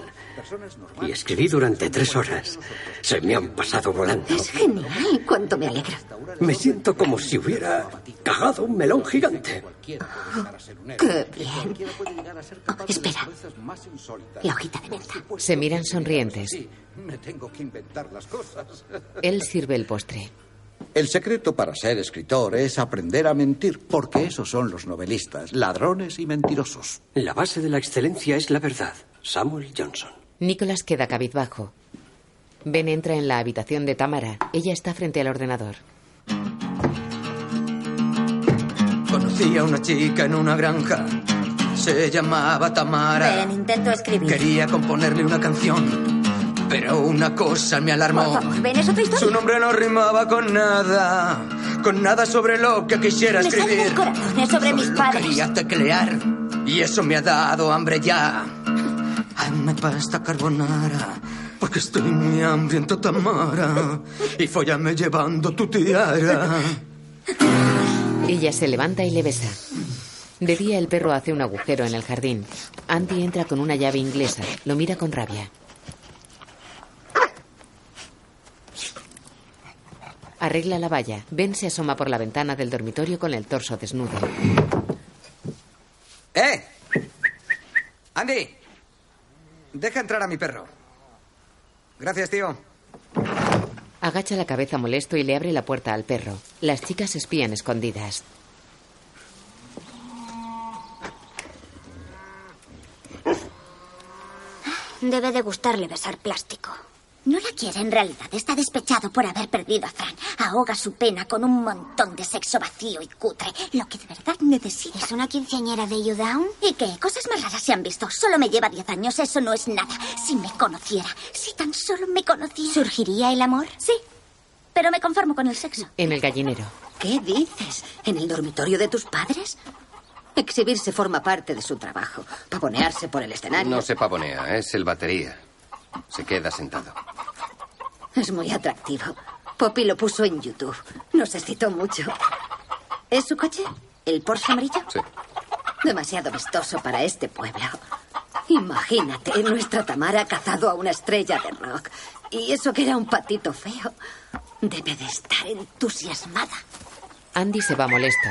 y escribí durante tres horas. Se me han pasado volando. Es genial, cuánto me alegra. Me siento como si hubiera cagado un melón gigante. Qué bien. Oh, espera, la hojita de menta. Se miran sonrientes. Me tengo que inventar las cosas. Él sirve el postre. El secreto para ser escritor es aprender a mentir, porque esos son los novelistas, ladrones y mentirosos. La base de la excelencia es la verdad. Samuel Johnson. Nicholas queda cabizbajo. Ben entra en la habitación de Tamara. Ella está frente al ordenador. Conocí a una chica en una granja. Se llamaba Tamara. Ven, intento escribir. Quería componerle una canción. Pero una cosa me alarmó. Ven, es otra Su historia. nombre no rimaba con nada. Con nada sobre lo que quisiera Me sale escribir. del corazón, es sobre mis padres. Quería teclear. Y eso me ha dado hambre ya. Hazme pasta carbonara. Porque estoy muy hambriento, Tamara. Y follame llevando tu tiara. Ella se levanta y le besa. De día el perro hace un agujero en el jardín. Andy entra con una llave inglesa. Lo mira con rabia. Arregla la valla. Ben se asoma por la ventana del dormitorio con el torso desnudo. ¡Eh! Andy, deja entrar a mi perro. Gracias, tío. Agacha la cabeza molesto y le abre la puerta al perro. Las chicas espían escondidas. Debe de gustarle besar plástico. No la quiere en realidad. Está despechado por haber perdido a Fran. Ahoga su pena con un montón de sexo vacío y cutre. Lo que de verdad necesita. ¿Es una quinceañera de You Down? ¿Y qué? Cosas más raras se han visto. Solo me lleva diez años. Eso no es nada. Si me conociera. Si tan solo me conociera. ¿Surgiría el amor? Sí. Pero me conformo con el sexo. En el gallinero. ¿Qué dices? ¿En el dormitorio de tus padres? Exhibirse forma parte de su trabajo. Pavonearse por el escenario. No se pavonea, es el batería. Se queda sentado. Es muy atractivo. Poppy lo puso en YouTube. Nos excitó mucho. ¿Es su coche? ¿El Porsche amarillo? Sí. Demasiado vistoso para este pueblo. Imagínate, nuestra Tamara ha cazado a una estrella de rock. Y eso que era un patito feo. Debe de estar entusiasmada. Andy se va molesto.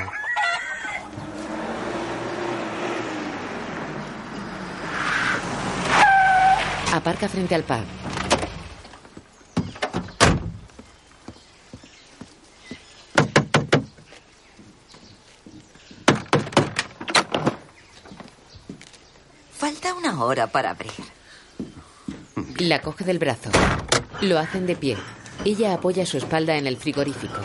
Aparca frente al pub. Falta una hora para abrir. La coge del brazo. Lo hacen de pie. Ella apoya su espalda en el frigorífico.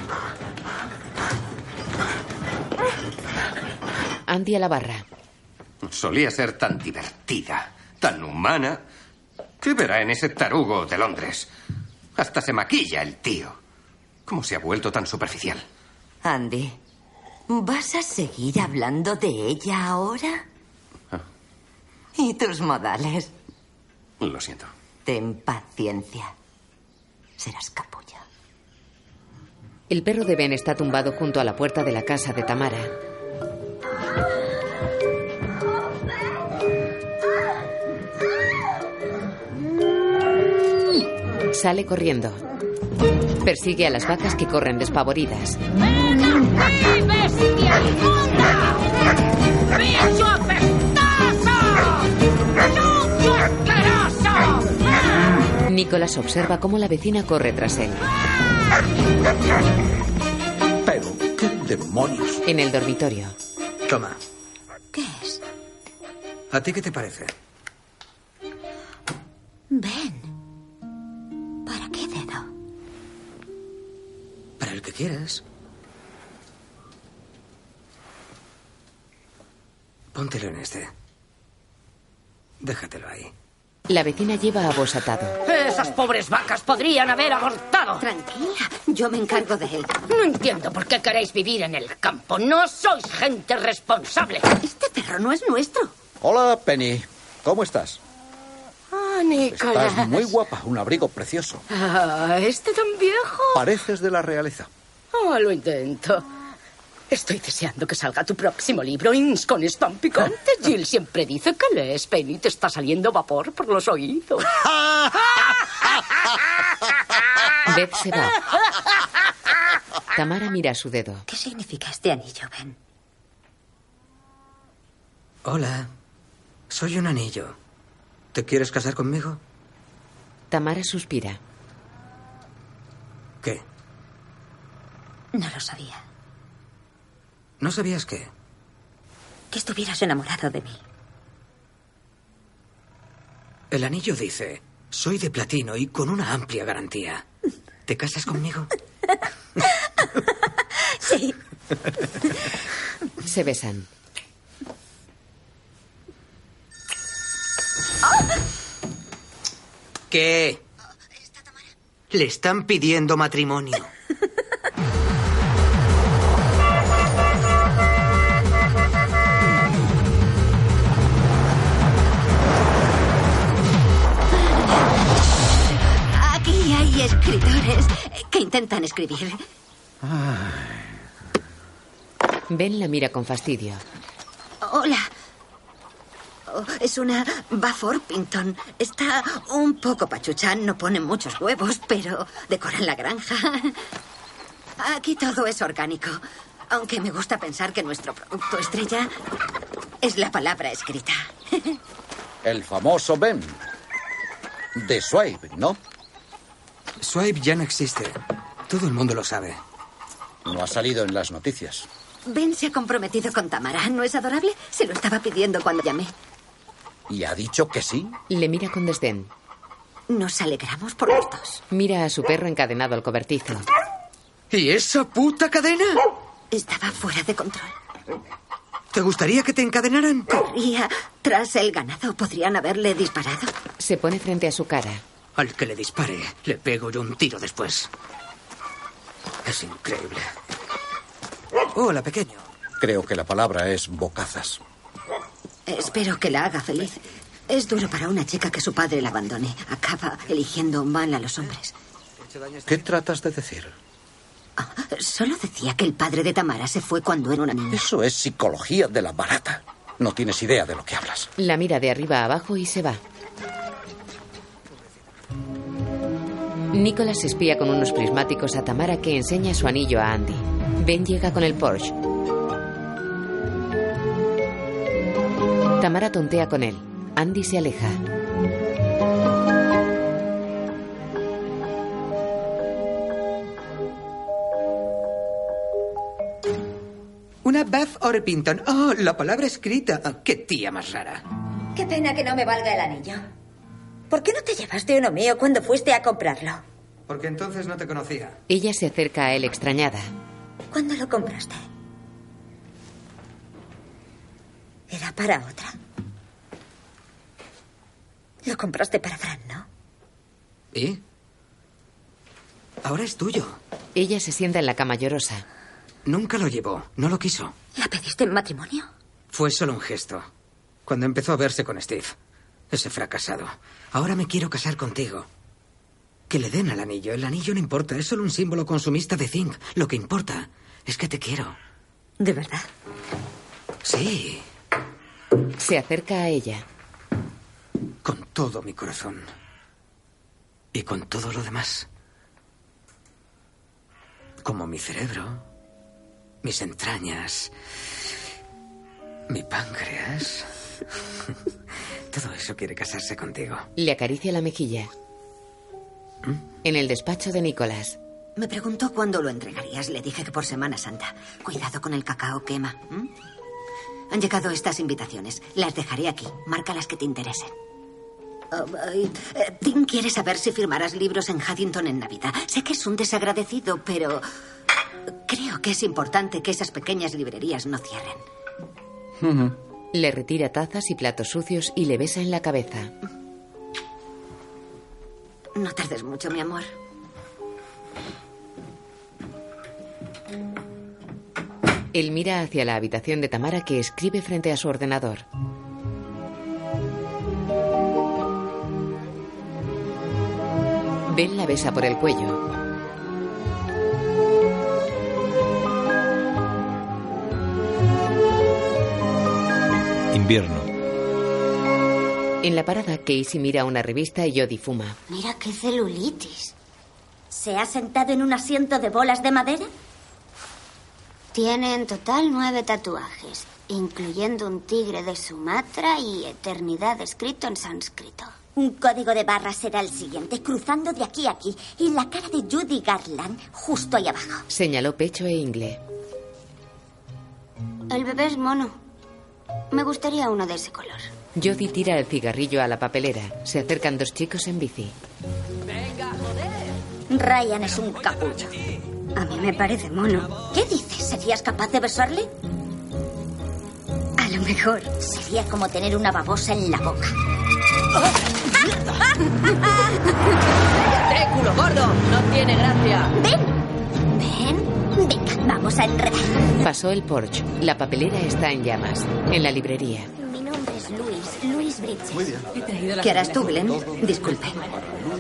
Andy a la barra. Solía ser tan divertida, tan humana. ¿Qué verá en ese tarugo de Londres? Hasta se maquilla el tío. ¿Cómo se ha vuelto tan superficial? Andy, ¿vas a seguir hablando de ella ahora? Ah. ¿Y tus modales? Lo siento. Ten paciencia. Serás capaz. El perro de Ben está tumbado junto a la puerta de la casa de Tamara. Sale corriendo. Persigue a las vacas que corren despavoridas. ¡Aquí, bestia inmunda! ¡Bicho apestoso! ¡Chucho asqueroso! Nicolás observa cómo la vecina corre tras él. Pero, ¿qué demonios? En el dormitorio, Toma. ¿Qué es? ¿A ti qué te parece? Ven. ¿Para qué dedo? Para el que quieras. Póntelo en este. Déjatelo ahí. la vecina lleva a vos atado. Esas pobres vacas podrían haber abortado. Tranquila, yo me encargo de él. No entiendo por qué queréis vivir en el campo. No sois gente responsable. Este perro no es nuestro. Hola, Penny. ¿Cómo estás? Ah, Estás Nicolás. muy guapa, un abrigo precioso. Ah, ¿Este tan viejo? Pareces de la realeza. Ah, lo intento. Estoy deseando que salga tu próximo libro, Ins con es tan [laughs] picante. Jill siempre dice que lees, Penny, te está saliendo vapor por los oídos. Beth se va. Tamara mira su dedo. ¿Qué significa este anillo, Ben? Hola. Soy un anillo. ¿Te quieres casar conmigo? Tamara suspira. ¿Qué? No lo sabía. ¿No sabías qué? Que estuvieras enamorado de mí. El anillo dice, soy de platino y con una amplia garantía. ¿Te casas conmigo? [laughs] Sí. Se besan. ¿Qué? Le están pidiendo matrimonio. Aquí hay escritores que intentan escribir. Ben la mira con fastidio. Hola. Oh, es una Bafford Pinton. Está un poco pachucha, no ponen muchos huevos, pero decoran la granja. Aquí todo es orgánico. Aunque me gusta pensar que nuestro producto estrella es la palabra escrita. [laughs] El famoso Ben. De Swipe, ¿no? Swipe ya no existe. Todo el mundo lo sabe. No ha salido en las noticias. Ben se ha comprometido con Tamara, ¿no es adorable? Se lo estaba pidiendo cuando llamé. ¿Y ha dicho que sí? Le mira con desdén. Nos alegramos por los dos. Mira a su perro encadenado al cobertizo. ¿Y esa puta cadena? Estaba fuera de control. ¿Te gustaría que te encadenaran? Corría tras el ganado. Podrían haberle disparado. Se pone frente a su cara. Al que le dispare, le pego yo un tiro después. Es increíble. Hola, pequeño. Creo que la palabra es bocazas. Espero que la haga feliz. Es duro para una chica que su padre la abandone. Acaba eligiendo mal a los hombres. Ah, ¿Qué tratas de decir? Solo decía que el padre de Tamara se fue cuando era una niña. Eso es psicología de la barata. No tienes idea de lo que hablas. La mira de arriba a abajo y se va. Nicholas espía con unos prismáticos a Tamara que enseña su anillo a Andy. Ben llega con el Porsche. Tamara tontea con él. Andy se aleja. Una Beth Orpington. Oh, la palabra escrita. Ah, Qué tía más rara. Qué pena que no me valga el anillo. ¿Por qué no te llevaste uno mío cuando fuiste a comprarlo? Porque entonces no te conocía. Ella se acerca a él extrañada. ¿Cuándo lo compraste? ¿Era para otra? Lo compraste para Fran, ¿no? ¿Y? ¿Eh? Ahora es tuyo. Ella se sienta en la cama llorosa. Nunca lo llevó, no lo quiso. ¿La pediste en matrimonio? Fue solo un gesto. Cuando empezó a verse con Steve, ese fracasado. Ahora me quiero casar contigo. Que le den al anillo. El anillo no importa, es solo un símbolo consumista de Think. Lo que importa es que te quiero. ¿De verdad? Sí, Se acerca a ella. con todo mi corazón. Y con todo lo demás. Como mi cerebro, mis entrañas, mi páncreas. [laughs] todo eso quiere casarse contigo. Le acaricia la mejilla. ¿Mm? En el despacho de Nicolás. Me preguntó cuándo lo entregarías. Le dije que por Semana Santa. Cuidado con el cacao quema. ¿m? Han llegado estas invitaciones. Las dejaré aquí. Marca las que te interesen. Oh, ay, eh, Tim quiere saber si firmarás libros en Haddington en Navidad. Sé que es un desagradecido, pero creo que es importante que esas pequeñas librerías no cierren. Le retira tazas y platos sucios y le besa en la cabeza. No tardes mucho, mi amor. Él mira hacia la habitación de Tamara que escribe frente a su ordenador. Ben la besa por el cuello. Invierno. En la parada, Casey mira una revista y Jodie fuma. Mira qué celulitis. ¿Se ha sentado en un asiento de bolas de madera? Tiene en total nueve tatuajes, incluyendo un tigre de Sumatra y eternidad escrito en sánscrito. Un código de barras será el siguiente, cruzando de aquí a aquí, y la cara de Judy Garland justo ahí abajo. Señaló pecho e ingle. El bebé es mono. Me gustaría uno de ese color. Jodie tira el cigarrillo a la papelera. Se acercan dos chicos en bici. Ryan es un capullo. A mí me parece mono. ¿Qué dices? ¿Serías capaz de besarle? A lo mejor. Sería como tener una babosa en la boca. ¡Cállate, culo gordo! No tiene gracia. Ven, venga, vamos a enredar. Pasó el porche. La papelera está en llamas. En la librería. Mi nombre es Luis, Luis Bridges. Muy bien. ¿Qué harás tú, Belén? Disculpe.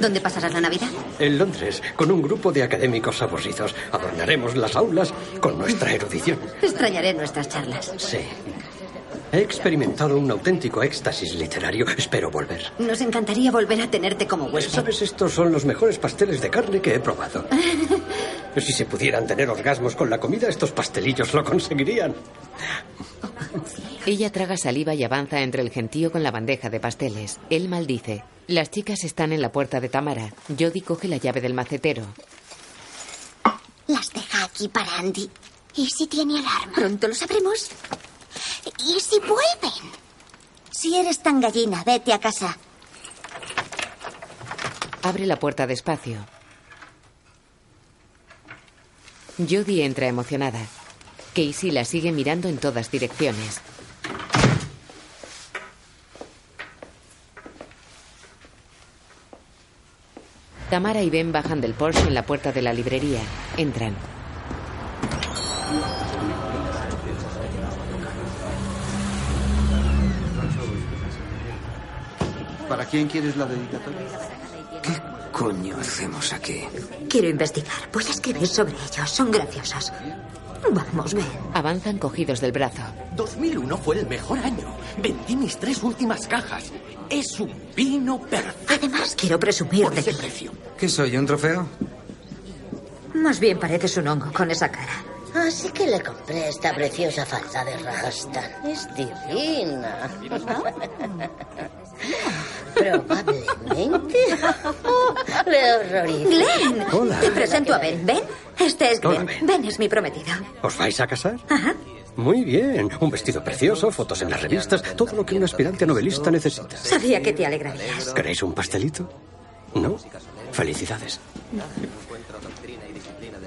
¿Dónde pasarás la Navidad? En Londres, con un grupo de académicos saborrizos, adornaremos las aulas con nuestra erudición. Extrañaré nuestras charlas. Sí. He experimentado un auténtico éxtasis literario. Espero volver. Pues, Nos encantaría volver a tenerte como huésped. ¿Sabes? Estos son los mejores pasteles de carne que he probado. Si se pudieran tener orgasmos con la comida, estos pastelillos lo conseguirían. Ella traga saliva y avanza entre el gentío con la bandeja de pasteles. Él maldice. Las chicas están en la puerta de Tamara. Jodie coge la llave del macetero. Las deja aquí para Andy. ¿Y si tiene alarma? Pronto lo sabremos. ¿Y si vuelven? Si eres tan gallina, vete a casa. Abre la puerta despacio. Jodie entra emocionada. Casey la sigue mirando en todas direcciones. Tamara y Ben bajan del Porsche en la puerta de la librería. Entran. ¿Para quién quieres la dedicatoria? Coño, hacemos aquí. Quiero investigar. Voy a escribir sobre ellos. Son graciosos. Vamos, Ben. Avanzan cogidos del brazo. 2001 fue el mejor año. Vendí mis tres últimas cajas. Es un vino perfecto. Además, quiero presumir Por de ese ti. precio. ¿Qué soy, un trofeo? Más bien pareces un hongo con esa cara. Así que le compré esta preciosa falda de Rajasthan. Es divina. [laughs] Probablemente le horroriza. Glenn, Hola. te presento a Ben. Ben, este es Glenn. Ben es mi prometido. ¿Os vais a casar? Muy bien. Un vestido precioso, fotos en las revistas, todo lo que un aspirante novelista necesita. Sabía que te alegrarías. ¿Queréis un pastelito? No. Felicidades.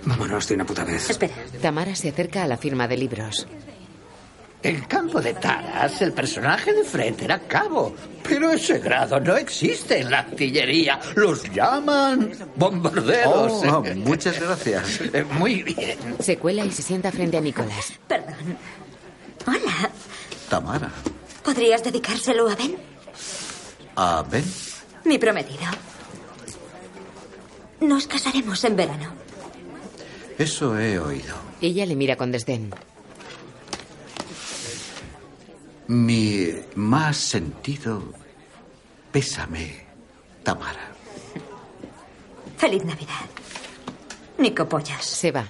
Vámonos de una puta vez. Espera. Tamara se acerca a la firma de libros. En Campo de Taras, el personaje de frente era cabo, Oh, pero ese grado no existe en la artillería. Los llaman bombarderos. [laughs] Oh, ah, muchas gracias. Eh, Muy bien. Se cuela y se sienta frente a Nicolás. Perdón. Hola. Tamara. ¿Podrías dedicárselo a Ben? ¿A Ben? Mi prometido. Nos casaremos en verano. Eso he oído. Ella le mira con desdén. Mi más sentido pésame, Tamara. Feliz Navidad. Nico Pollas. Se va.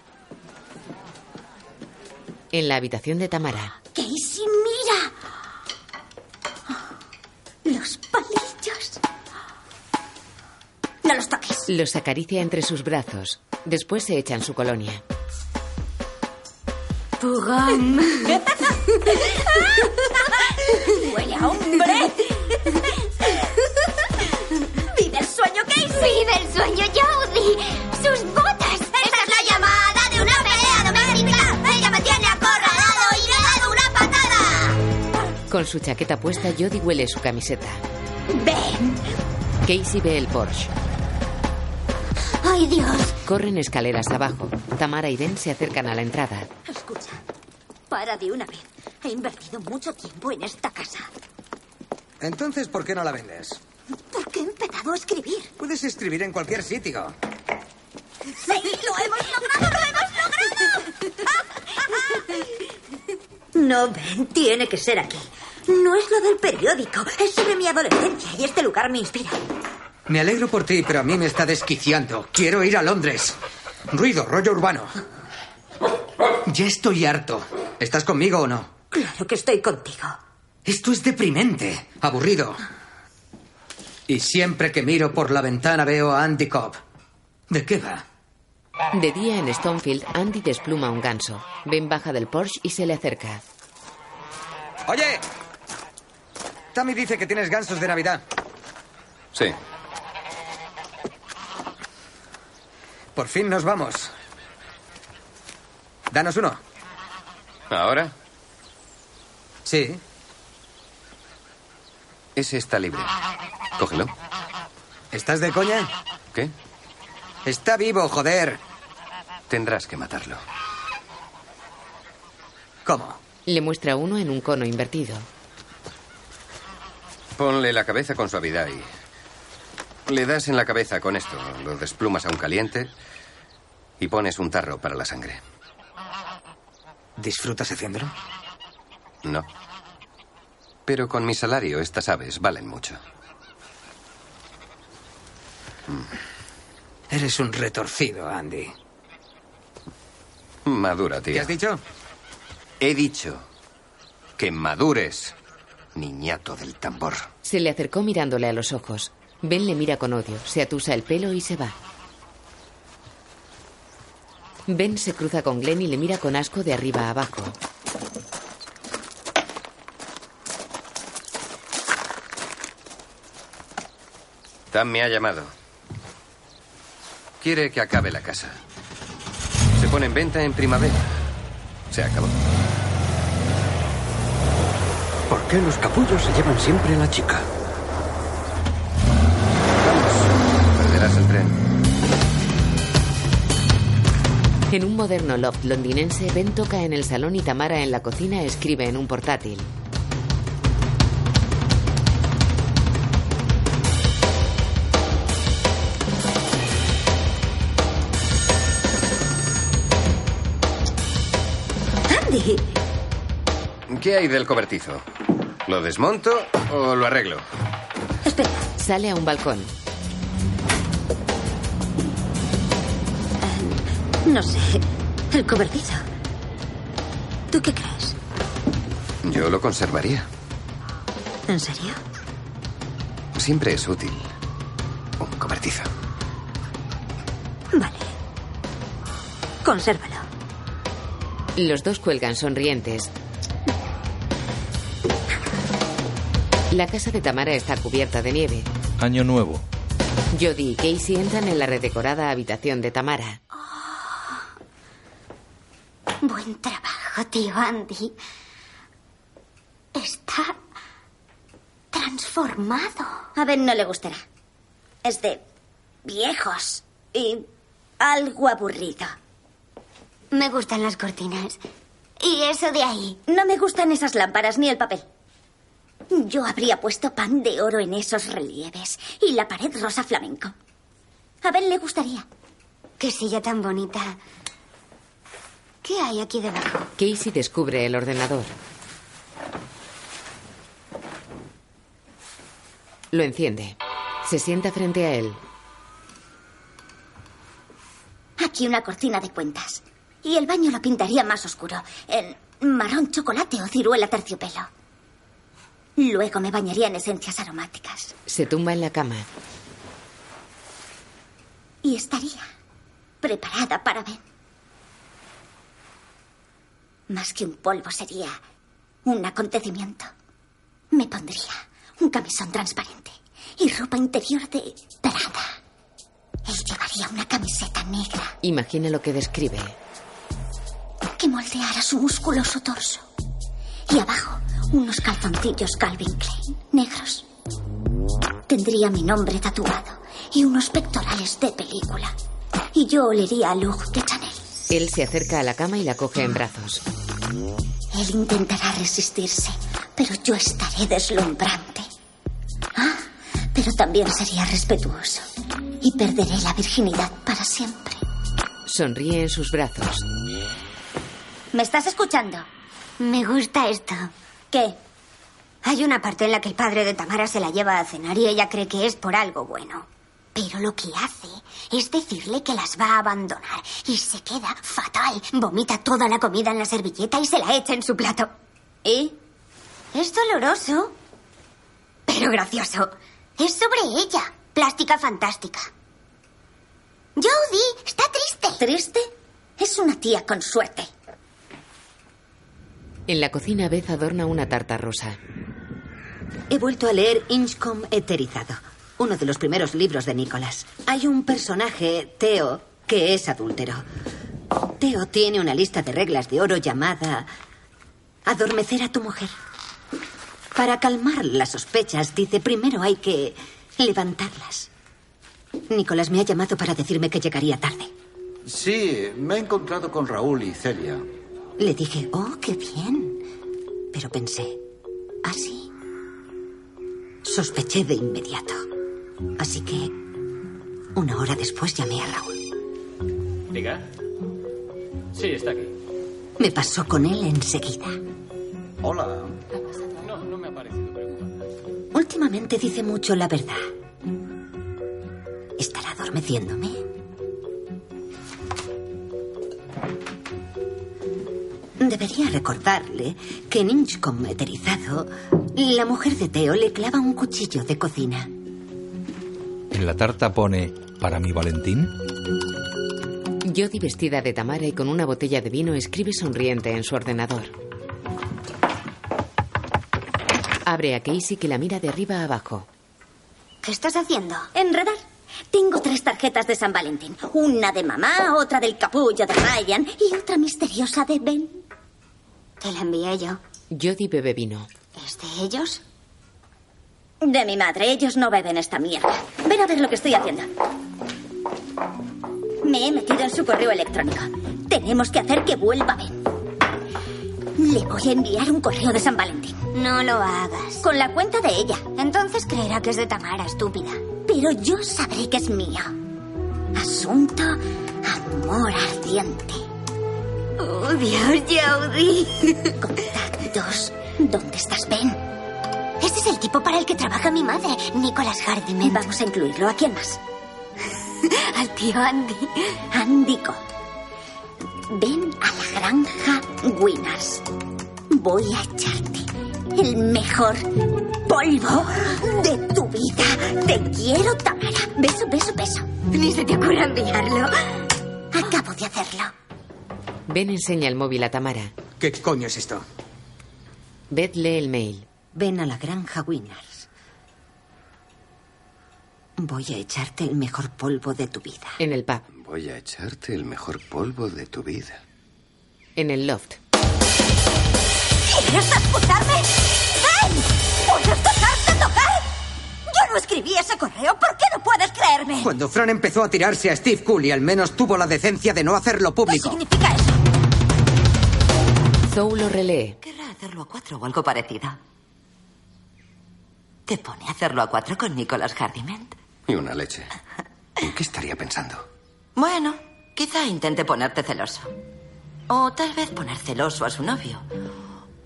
En la habitación de Tamara, Casey, mira. Los palillos. No los toques. los acaricia entre sus brazos. Después se echan su colonia. Pugam. [laughs] Huele a hombre. Vive el sueño, Casey. Vive el sueño, Jody. Sus botas. Esta es la llamada de una pelea doméstica. Ella me tiene acorralado y le he dado una patada. Con su chaqueta puesta, Jody huele su camiseta. Ven. Casey ve el Porsche. Ay, Dios. Corren escaleras abajo. Tamara y Ben se acercan a la entrada. Escucha. Para de una vez. He invertido mucho tiempo en esta casa. Entonces, ¿por qué no la vendes? ¿Por qué he empezado a escribir? Puedes escribir en cualquier sitio. ¡Sí! ¡Lo hemos logrado! ¡Lo hemos logrado! No, Ben, tiene que ser aquí. No es lo del periódico, es sobre mi adolescencia y este lugar me inspira. Me alegro por ti, pero a mí me está desquiciando. Quiero ir a Londres. Ruido, rollo urbano. Ya estoy harto. ¿Estás conmigo o no? Claro que estoy contigo. Esto es deprimente, aburrido. Y siempre que miro por la ventana veo a Andy Cobb. ¿De qué va? De día en Stonefield, Andy despluma un ganso. Ben baja del Porsche y se le acerca. Oye, Tammy dice que tienes gansos de Navidad. Sí. Por fin nos vamos. Danos uno. ¿Ahora? Sí. Ese está libre. Cógelo. ¿Estás de coña? ¿Qué? Está vivo, joder. Tendrás que matarlo. ¿Cómo? Le muestra uno en un cono invertido. Ponle la cabeza con suavidad y. Le das en la cabeza con esto. Lo desplumas a un caliente y pones un tarro para la sangre. ¿Disfrutas haciéndolo? No. Pero con mi salario, estas aves valen mucho. Eres un retorcido, Andy. Madura, tío. ¿Qué has dicho? He dicho que madures, niñato del tambor. Se le acercó mirándole a los ojos. Ben le mira con odio, se atusa el pelo y se va. Ben se cruza con Glenn y le mira con asco de arriba a abajo. Tam me ha llamado. Quiere que acabe la casa. Se pone en venta en primavera. Se acabó. ¿Por qué los capullos se llevan siempre a la chica? Perderás el tren. En un moderno loft londinense, Ben toca en el salón y Tamara en la cocina escribe en un portátil. ¡Andy! ¿Qué hay del cobertizo? ¿Lo desmonto o lo arreglo? Sale a un balcón. No sé. El cobertizo. ¿Tú qué crees? Yo lo conservaría. ¿En serio? Siempre es útil. Un cobertizo. Consérvalo. Los dos cuelgan sonrientes. La casa de Tamara está cubierta de nieve. Año nuevo. Jody y Casey entran en la redecorada habitación de Tamara. Buen trabajo, tío Andy. Está transformado. A Ben no le gustará. Es de viejos y algo aburrido. Me gustan las cortinas. ¿Y eso de ahí? No me gustan esas lámparas ni el papel. Yo habría puesto pan de oro en esos relieves y la pared rosa flamenco. A Ben le gustaría. Qué silla tan bonita. ¿Qué hay aquí debajo? Casey descubre el ordenador. Lo enciende. Se sienta frente a él. Aquí una cortina de cuentas. Y el baño lo pintaría más oscuro. En marrón chocolate o ciruela terciopelo. Luego me bañaría en esencias aromáticas. Se tumba en la cama. Y estaría preparada para Ben. Más que un polvo sería un acontecimiento. Me pondría un camisón transparente y ropa interior de Prada. Él llevaría una camiseta negra Imagina lo que describe. que moldeara su musculoso torso. Y abajo, unos calzoncillos Calvin Klein, negros. Tendría mi nombre tatuado y unos pectorales de película. Y yo olería a Lug de Chanel. Él se acerca a la cama y la coge en brazos. Él intentará resistirse, pero yo estaré deslumbrante. Ah, pero también sería respetuoso. Y perderé la virginidad para siempre. Sonríe en sus brazos. ¿Me estás escuchando? Me gusta esto. ¿Qué? Hay una parte en la que el padre de Tamara se la lleva a cenar y ella cree que es por algo bueno. Pero lo que hace es decirle que las va a abandonar y se queda fatal. Vomita toda la comida en la servilleta y se la echa en su plato. ¿Y? Es doloroso. Pero gracioso. Es sobre ella. Plástica fantástica. Jodie, está triste. ¿Triste? Es una tía con suerte. En la cocina, Beth adorna una tarta rosa. [laughs] He vuelto a leer Inchcombe Eterizado, uno de los primeros libros de Nicholas. Hay un personaje, Teo, que es adúltero. Teo tiene una lista de reglas de oro llamada adormecer a tu mujer. Para calmar las sospechas, dice, primero hay que levantarlas. Nicholas me ha llamado para decirme que llegaría tarde. Sí, me he encontrado con Raúl y Celia. Le dije, oh, qué bien. Pero pensé, así. Sospeché de inmediato. Así que una hora después llamé a Raúl. Diga. Sí, está aquí. Me pasó con él enseguida. Hola. No, no me ha parecido preocupante. Últimamente dice mucho la verdad. ¿Estará adormeciéndome? Debería recordarle que en Inchcombe eterizado, la mujer de Teo le clava un cuchillo de cocina. En la tarta pone para mi Valentín. Jodie, vestida de Tamara y con una botella de vino, escribe sonriente en su ordenador. Abre a Casey que la mira de arriba a abajo. ¿Qué estás haciendo? Enredar. Tengo tres tarjetas de San Valentín. Una de mamá, otra del capullo de Ryan y otra misteriosa de Ben. Te la envié yo. Jodie bebe vino. ¿Es de ellos? De mi madre, ellos no beben esta mierda. Ven a ver lo que estoy haciendo. Me he metido en su correo electrónico. Tenemos que hacer que vuelva Ben. Le voy a enviar un correo de San Valentín. No lo hagas. Con la cuenta de ella. Entonces creerá que es de Tamara, estúpida. Pero yo sabré que es mío. Asunto amor ardiente. Oh, Dios, Jodie. Contactos. ¿Dónde estás, Ben? Este es el tipo para el que trabaja mi madre, Nicholas Hardiman. Vamos a incluirlo. ¿A quién más? [laughs] Al tío Andy. Andy Cobb. Ven a la granja Winners. Voy a echarte el mejor polvo de tu vida. Te quiero, Tamara. Beso, beso, beso. Ni se te ocurra enviarlo. Acabo de hacerlo. Ben enseña el móvil a Tamara. ¿Qué coño es esto? Beth lee el mail. Ven a la granja Winners. Voy a echarte el mejor polvo de tu vida. En el pub. Voy a echarte el mejor polvo de tu vida. En el loft. ¿Quieres acusarme? ¡Ven! ¿Puedes dejarte tocar? Yo no escribí ese correo. ¿Por qué no puedes creerme? Cuando Fran empezó a tirarse a Steve Cooley, al menos tuvo la decencia de no hacerlo público. Zou lo relee. Querrá hacerlo a cuatro o algo parecido. ¿Te pone a hacerlo a cuatro con Nicholas Hardiment? Y una leche. ¿En qué estaría pensando? Bueno, quizá intente ponerte celoso. O tal vez poner celoso a su novio.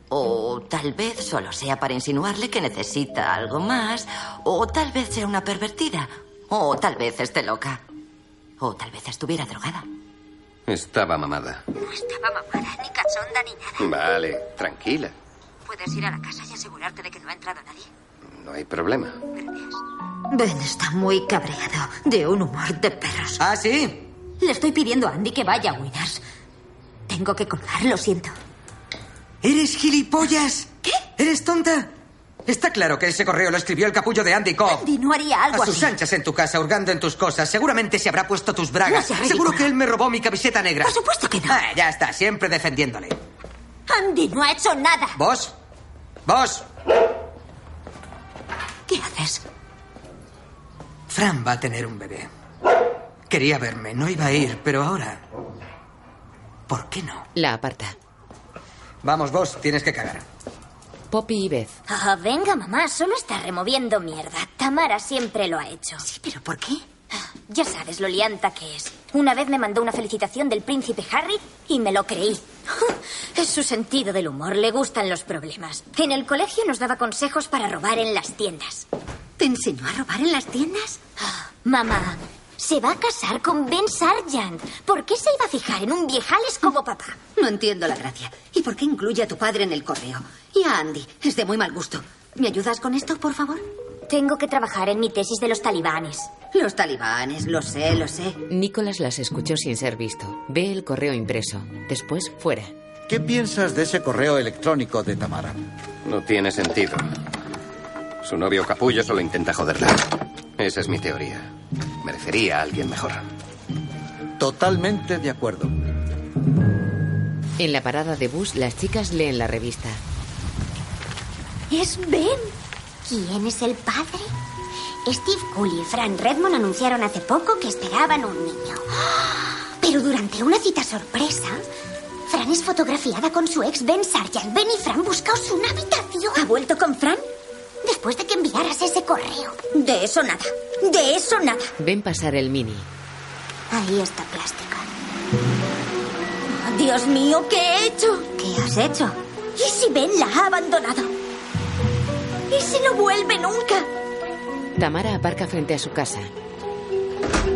O tal vez solo sea para insinuarle que necesita algo más. O tal vez sea una pervertida. O tal vez esté loca. O tal vez estuviera drogada. Estaba mamada. No estaba mamada, ni cachonda, ni nada. Vale, tranquila. Puedes ir a la casa y asegurarte de que no ha entrado nadie. No hay problema. Ben está muy cabreado, de un humor de perros. ¿Ah, sí? Le estoy pidiendo a Andy que vaya a Winners. Tengo que colgar, lo siento. ¿Eres gilipollas? ¿Qué? ¿Eres tonta? Está claro que ese correo lo escribió el capullo de Andy Cobb. Andy no haría algo a sus así. anchas en tu casa, hurgando en tus cosas. Seguramente se habrá puesto tus bragas. No sea Seguro ridícula. que él me robó mi camiseta negra. Por supuesto que no. Ah, ya está, siempre defendiéndole. Andy no ha hecho nada. ¿Vos? ¿Vos? ¿Qué haces? Fran va a tener un bebé. Quería verme, no iba a ir, pero ahora. ¿Por qué no? La aparta. Vamos, vos, tienes que cagar. Poppy y Beth. Ah, venga, mamá, solo está removiendo mierda. Tamara siempre lo ha hecho. Sí, pero ¿por qué? Ya sabes lo lianta que es. Una vez me mandó una felicitación del príncipe Harry y me lo creí. [laughs] Es su sentido del humor, le gustan los problemas. En el colegio nos daba consejos para robar en las tiendas. Ah, ¿Te enseñó a robar en las tiendas? Mamá, se va a casar con Ben Sargent. ¿Por qué se iba a fijar en un viejales como papá? No entiendo la gracia. ¿Y por qué incluye a tu padre en el correo? Y a Andy. Es de muy mal gusto. ¿Me ayudas con esto, por favor? Tengo que trabajar en mi tesis de los talibanes. Los talibanes, lo sé, lo sé. Nicholas las escuchó sin ser visto. Ve el correo impreso. Después, fuera. ¿Qué piensas de ese correo electrónico de Tamara? No tiene sentido. Su novio capullo solo intenta joderla. Esa es mi teoría. Merecería a alguien mejor. Totalmente de acuerdo. En la parada de bus, las chicas leen la revista. Es Ben. ¿Quién es el padre? Steve Cooley y Fran Redmond anunciaron hace poco que esperaban un niño. Pero durante una cita sorpresa, Fran es fotografiada con su ex Ben Sargent. Ben y Fran, buscaos una habitación. ¿Ha vuelto con Fran? Después de que enviaras ese correo. De eso nada. De eso nada. Ven pasar el mini. Ahí está plástica. Dios mío, ¿qué he hecho? ¿Qué has hecho? ¿Y si Ben la ha abandonado? ¿Y si no vuelve nunca? Tamara aparca frente a su casa.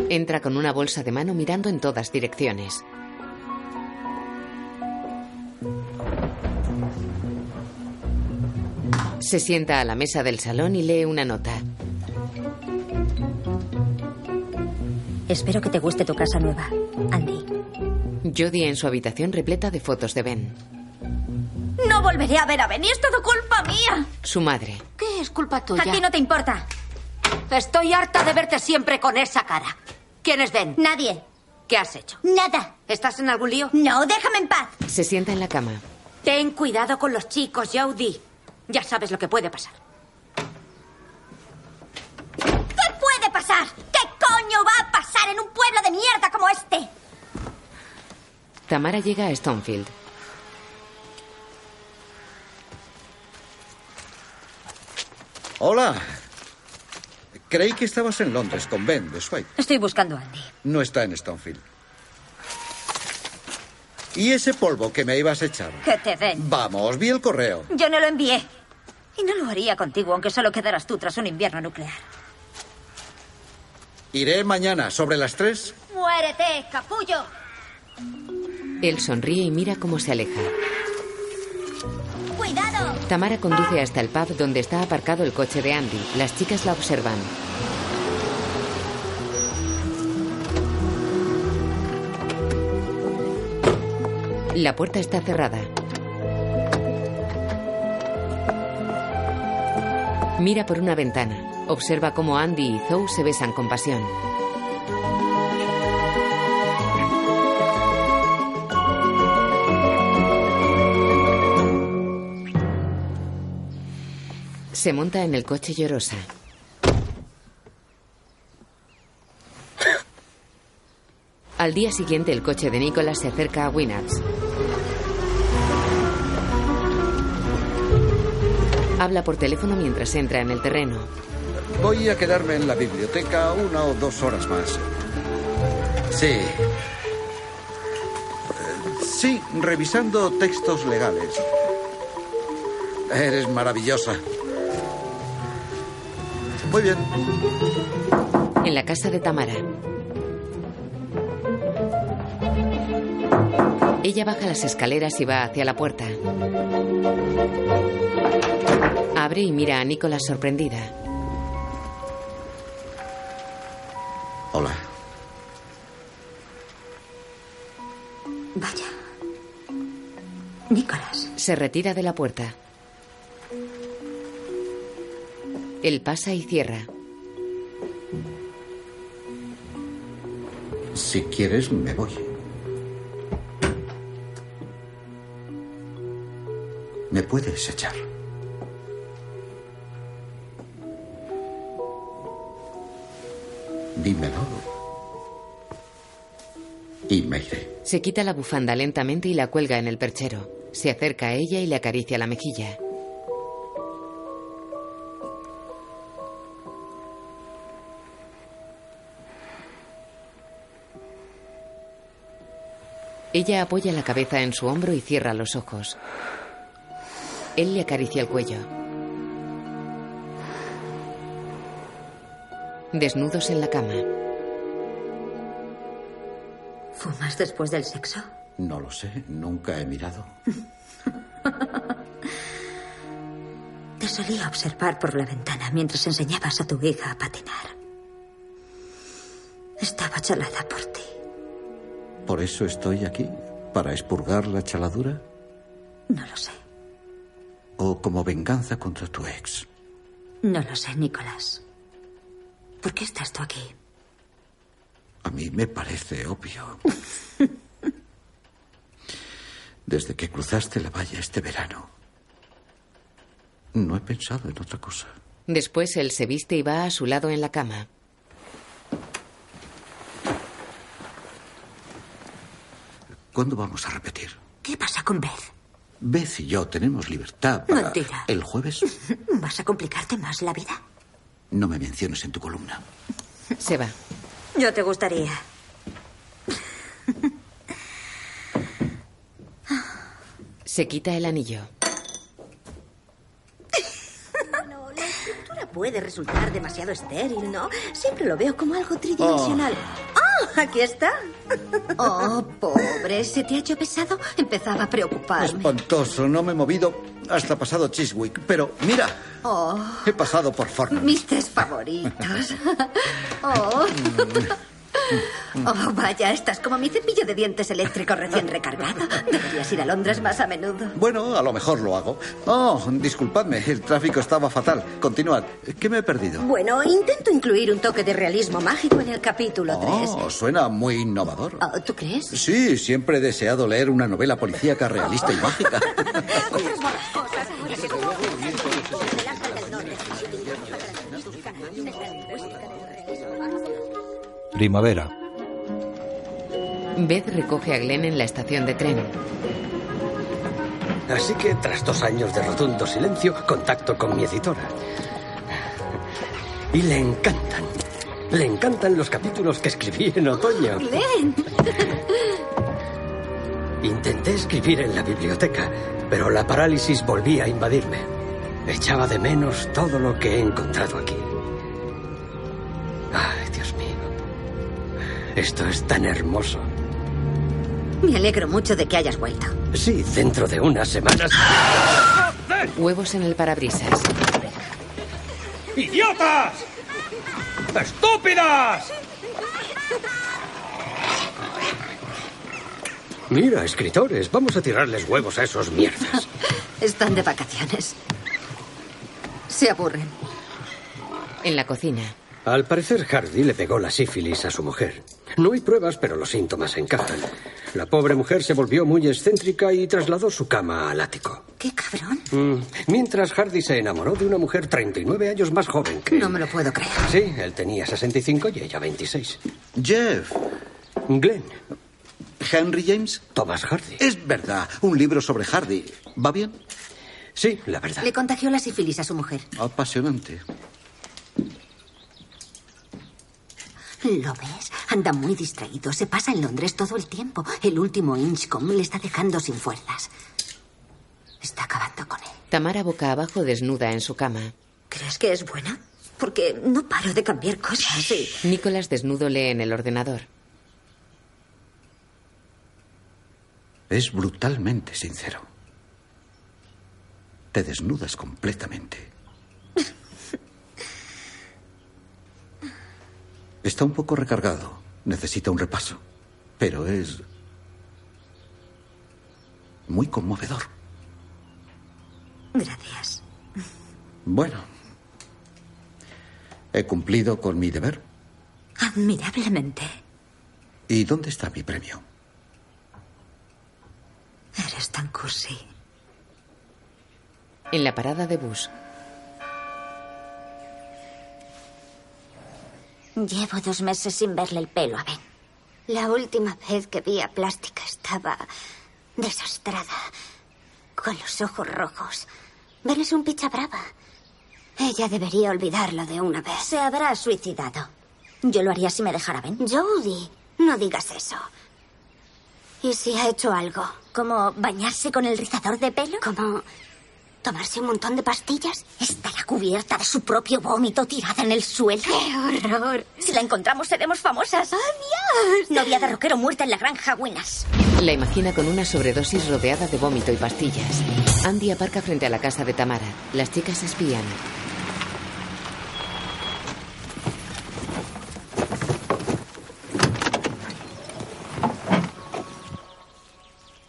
Entra con una bolsa de mano mirando en todas direcciones. Se sienta a la mesa del salón y lee una nota. Espero que te guste tu casa nueva, Andy. Jodie en su habitación repleta de fotos de Ben. No volveré a ver a Ben y es todo culpa mía. Su madre. ¿Qué es culpa A ti no te importa. Estoy harta de verte siempre con esa cara. ¿Quién es Ben? Nadie. ¿Qué has hecho? Nada. ¿Estás en algún lío? No, déjame en paz. Se sienta en la cama. Ten cuidado con los chicos, Jody. Ya sabes lo que puede pasar. ¿Qué puede pasar? ¿Qué coño va a pasar en un pueblo de mierda como este? Tamara llega a Stonefield. Hola. Creí que estabas en Londres con Ben de Swipe. Estoy buscando a Andy. No está en Stonefield. ¿Y ese polvo que me ibas a echar? Que te den. Vamos, vi el correo. Yo no lo envié. Y no lo haría contigo, aunque solo quedaras tú tras un invierno nuclear. Iré mañana sobre las tres. Muérete, capullo. Él sonríe y mira cómo se aleja. ¡Cuidado! Tamara conduce hasta el pub donde está aparcado el coche de Andy. Las chicas la observan. La puerta está cerrada. Mira por una ventana. Observa cómo Andy y Zoe se besan con pasión. Se monta en el coche llorosa. Al día siguiente el coche de Nicholas se acerca a Winnaps. Habla por teléfono mientras entra en el terreno. Voy a quedarme en la biblioteca una o dos horas más. Sí. Eh, Sí, revisando textos legales. Eres maravillosa. Muy bien. En la casa de Tamara. Ella baja las escaleras y va hacia la puerta. Abre y mira a Nicolás sorprendida. Hola. Vaya. Nicolás. Se retira de la puerta. Él pasa y cierra. Si quieres, me voy. Me puedes echar. Dímelo. Y me iré. Se quita la bufanda lentamente y la cuelga en el perchero. Se acerca a ella y le acaricia la mejilla. Ella apoya la cabeza en su hombro y cierra los ojos. Él le acaricia el cuello. Desnudos en la cama. ¿Fumas después del sexo? No lo sé, nunca he mirado. Te solía observar por la ventana mientras enseñabas a tu hija a patinar. Estaba chalada por ti. Por eso estoy aquí, para expurgar la chaladura No lo sé. o como venganza contra tu ex. No lo sé, Nicolás. ¿Por qué estás tú aquí? A mí me parece [laughs] obvio. Desde que cruzaste la valla este verano, no he pensado en otra cosa. Después él se viste y va a su lado en la cama. ¿Cuándo vamos a repetir? ¿Qué pasa con Beth? Beth y yo tenemos libertad para... Mentira. ¿El jueves? ¿Vas a complicarte más la vida? No me menciones en tu columna. Se va. Yo te gustaría. Se quita el anillo. No, la estructura puede resultar demasiado estéril, ¿no? Siempre lo veo como algo tridimensional. Oh. ¡Ah! aquí está. [laughs] Oh, pobre, ¿se te ha hecho pesado? Empezaba a Pues preocuparme. Espantoso, no me he movido hasta pasado Chiswick. Pero mira, Oh, he pasado por Forno. mis tres favoritos. Oh. Oh, vaya, estás como mi cepillo de dientes eléctrico recién recargado. Deberías ir a Londres más a menudo. Bueno, a lo mejor lo hago. Oh, disculpadme, el tráfico estaba fatal. Continuad. ¿Qué me he perdido? Bueno, intento incluir un toque de realismo mágico en el capítulo 3. Oh, suena muy innovador. ¿Tú crees? Sí, siempre he deseado leer una novela policíaca realista y mágica. Primavera. Beth recoge a Glenn en la estación de tren. Así que tras dos años de rotundo silencio, contacto con mi editora. Y le encantan. Le encantan los capítulos que escribí en otoño. Glenn. Intenté escribir en la biblioteca, pero la parálisis volvía a invadirme. Echaba de menos todo lo que he encontrado aquí. Ay, Dios mío. Esto es tan hermoso. Me alegro mucho de que hayas vuelto. Sí, dentro de unas semanas. Huevos en el parabrisas. ¡Idiotas! ¡Estúpidas! Mira, escritores, vamos a tirarles huevos a esos mierdas. Están de vacaciones. Se aburren. En la cocina. Al parecer, Hardy le pegó la sífilis a su mujer. No hay pruebas, pero los síntomas encajan. La pobre mujer se volvió muy excéntrica y trasladó su cama al ático. ¡Qué cabrón! Mm, Mientras Hardy se enamoró de una mujer 39 años más joven que él. No me lo puedo creer. Sí, él tenía 65 y ella 26. Jeff. Glenn. Henry James. Thomas Hardy. Es verdad, un libro sobre Hardy. ¿Va bien? Sí, la verdad. Le contagió la sífilis a su mujer. Apasionante. ¿Lo ves? Anda muy distraído. Se pasa en Londres todo el tiempo. El último Inchcombe le está dejando sin fuerzas. Tamara boca abajo desnuda en su cama. ¿Crees que es buena? Porque no paro de cambiar cosas. y- Nicolás desnudo lee en el ordenador. Es brutalmente sincero. Te desnudas completamente. Está un poco recargado. Necesita un repaso. Pero es... Muy conmovedor. Gracias. Bueno. He cumplido con mi deber. Admirablemente. ¿Y dónde está mi premio? Eres tan cursi. En la parada de bus. Llevo dos meses sin verle el pelo a Ben. La última vez que vi a Plástica estaba desastrada, con los ojos rojos. Ben es un picha brava. Ella debería olvidarlo de una vez. Se habrá suicidado. Yo lo haría si me dejara Ben. Jodie, no digas eso. ¿Y si ha hecho algo? ¿Como bañarse con el rizador de pelo? ¿Como tomarse un montón de pastillas? Estará cubierta de su propio vómito tirada en el suelo. ¡Qué horror! Si la encontramos, seremos famosas. ¡Adiós! Novia de rockero muerta en la granja Winas. La imagina con una sobredosis rodeada de vómito y pastillas. Andy aparca frente a la casa de Tamara. Las chicas espían.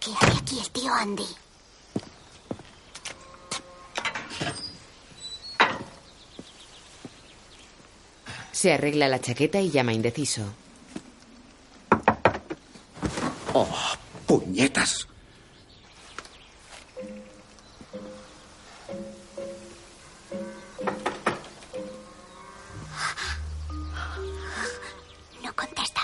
¿Qué hace aquí el tío Andy? Se arregla la chaqueta y llama indeciso. ¡Oh, puñetas! No contesta.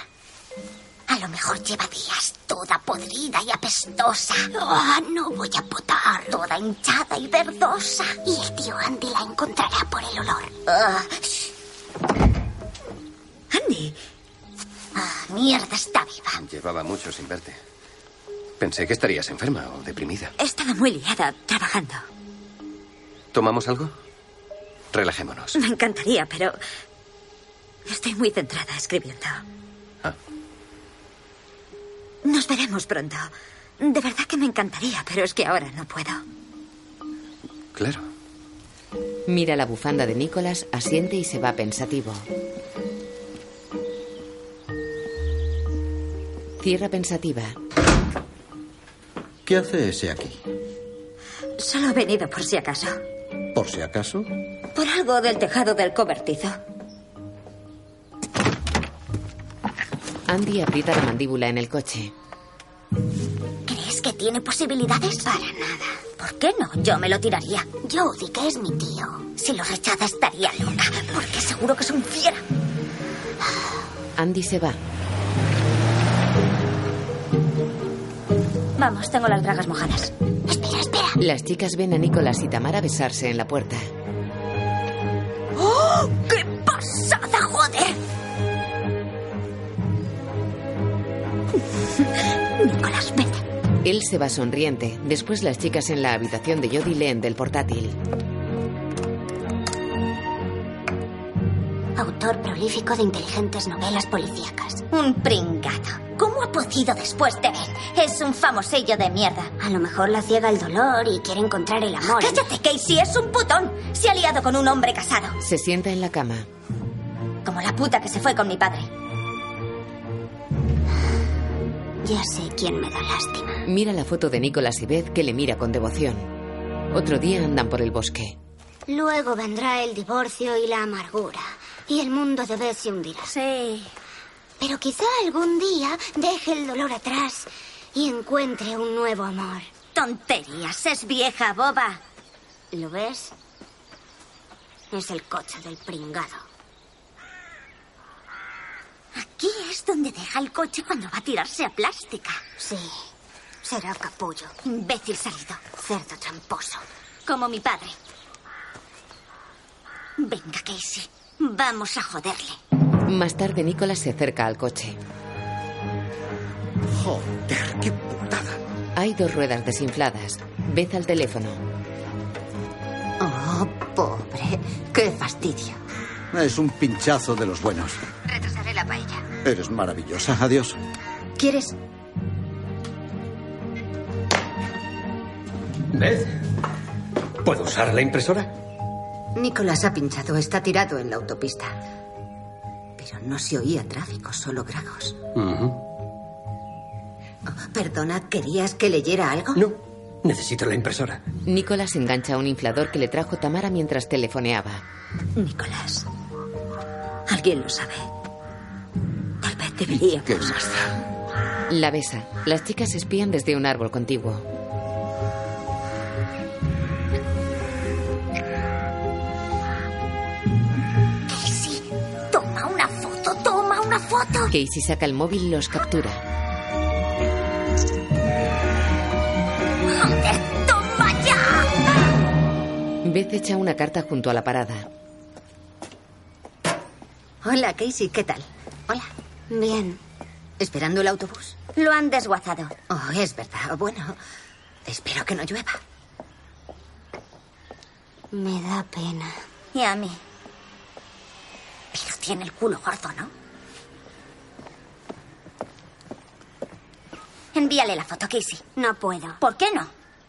A lo mejor lleva días toda podrida y apestosa. Ah, no voy a potar. Toda hinchada y verdosa. Y el tío Andy la encontrará por el olor. Ah, Andy. Ah, mierda, está viva. Llevaba mucho sin verte. Pensé que estarías enferma o deprimida. He estado muy liada trabajando. ¿Tomamos algo? Relajémonos. Me encantaría, pero estoy muy centrada escribiendo. Ah. Nos veremos pronto. De verdad que me encantaría, pero es que ahora no puedo. Claro. Mira la bufanda de Nicolás, asiente y se va pensativo. Cierra pensativa. ¿Qué hace ese aquí? Solo he venido por si acaso. ¿Por si acaso? Por algo del tejado del cobertizo. Andy aprieta la mandíbula en el coche. ¿Crees que tiene posibilidades? Para nada. ¿Por qué no? Yo me lo tiraría. Jodie, que es mi tío. Si lo rechaza estaría loca, porque seguro que es un fiera. Andy se va. Vamos, tengo las bragas mojadas. Espera, espera. Las chicas ven a Nicolás y Tamara besarse en la puerta. ¡Oh! ¡Qué pasada, joder! Nicolás, vete. Él se va sonriente. Después las chicas en la habitación de Jody leen del portátil. Autor prolífico de inteligentes novelas policíacas. Un pringado. ¿Cómo ha podido después de ver? Es un famosillo de mierda. A lo mejor la ciega el dolor y quiere encontrar el amor. Cállate, Casey, es un putón. Se ha liado con un hombre casado. Se sienta en la cama. Como la puta que se fue con mi padre. Ya sé quién me da lástima. Mira la foto de Nicolas y Beth que le mira con devoción. Otro día andan por el bosque. Luego vendrá el divorcio y la amargura. Y el mundo de vez se hundirá. Sí. Pero quizá algún día deje el dolor atrás y encuentre un nuevo amor. Tonterías, es vieja boba. ¿Lo ves? Es el coche del pringado. Aquí es donde deja el coche cuando va a tirarse a plástica. Sí. Será capullo. Imbécil salido. Cerdo tramposo. Como mi padre. Venga, Casey. Vamos a joderle. Más tarde Nicolas se acerca al coche. Joder, qué putada. Hay dos ruedas desinfladas. Beth al teléfono. Oh, pobre. Qué fastidio. Es un pinchazo de los buenos. Retrasaré la paella. Eres maravillosa. Adiós. ¿Quieres? ¿Ves? ¿Puedo usar la impresora? Nicolás ha pinchado, está tirado en la autopista. Pero no se oía tráfico, solo grajos. Perdona, ¿querías que leyera algo? No. Necesito la impresora. Nicolas engancha un inflador que le trajo Tamara mientras telefoneaba. Nicolás. Alguien lo sabe. Tal vez debería. La besa. Las chicas espían desde un árbol contiguo. Casey, toma una foto, toma una foto. Casey saca el móvil y los captura. Joder, toma ya. Beth echa una carta junto a la parada. Hola, Casey, ¿qué tal? Hola. Bien. ¿Esperando el autobús? Lo han desguazado. Oh, es verdad. Bueno, espero que no llueva. Me da pena. Y a mí. Pero tiene el culo gordo, ¿no? Envíale la foto, Casey. No puedo. ¿Por qué no?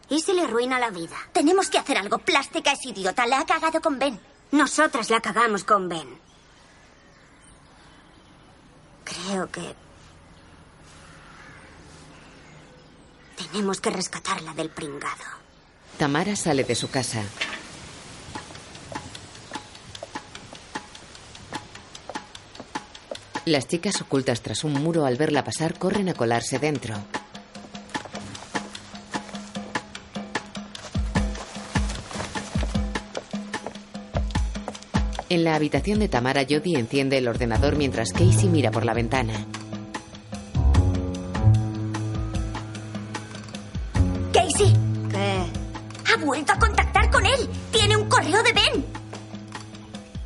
Y se le arruina la vida. Tenemos que hacer algo. Plástica es idiota. La ha cagado con Ben. Nosotras la cagamos con Ben. Creo que... Tenemos que rescatarla del pringado. Tamara sale de su casa. Las chicas ocultas tras un muro al verla pasar corren a colarse dentro. En la habitación de Tamara, Jodie enciende el ordenador mientras Casey mira por la ventana. Casey. ¿Qué? Ha vuelto a contactar con él. Tiene un correo de Ben.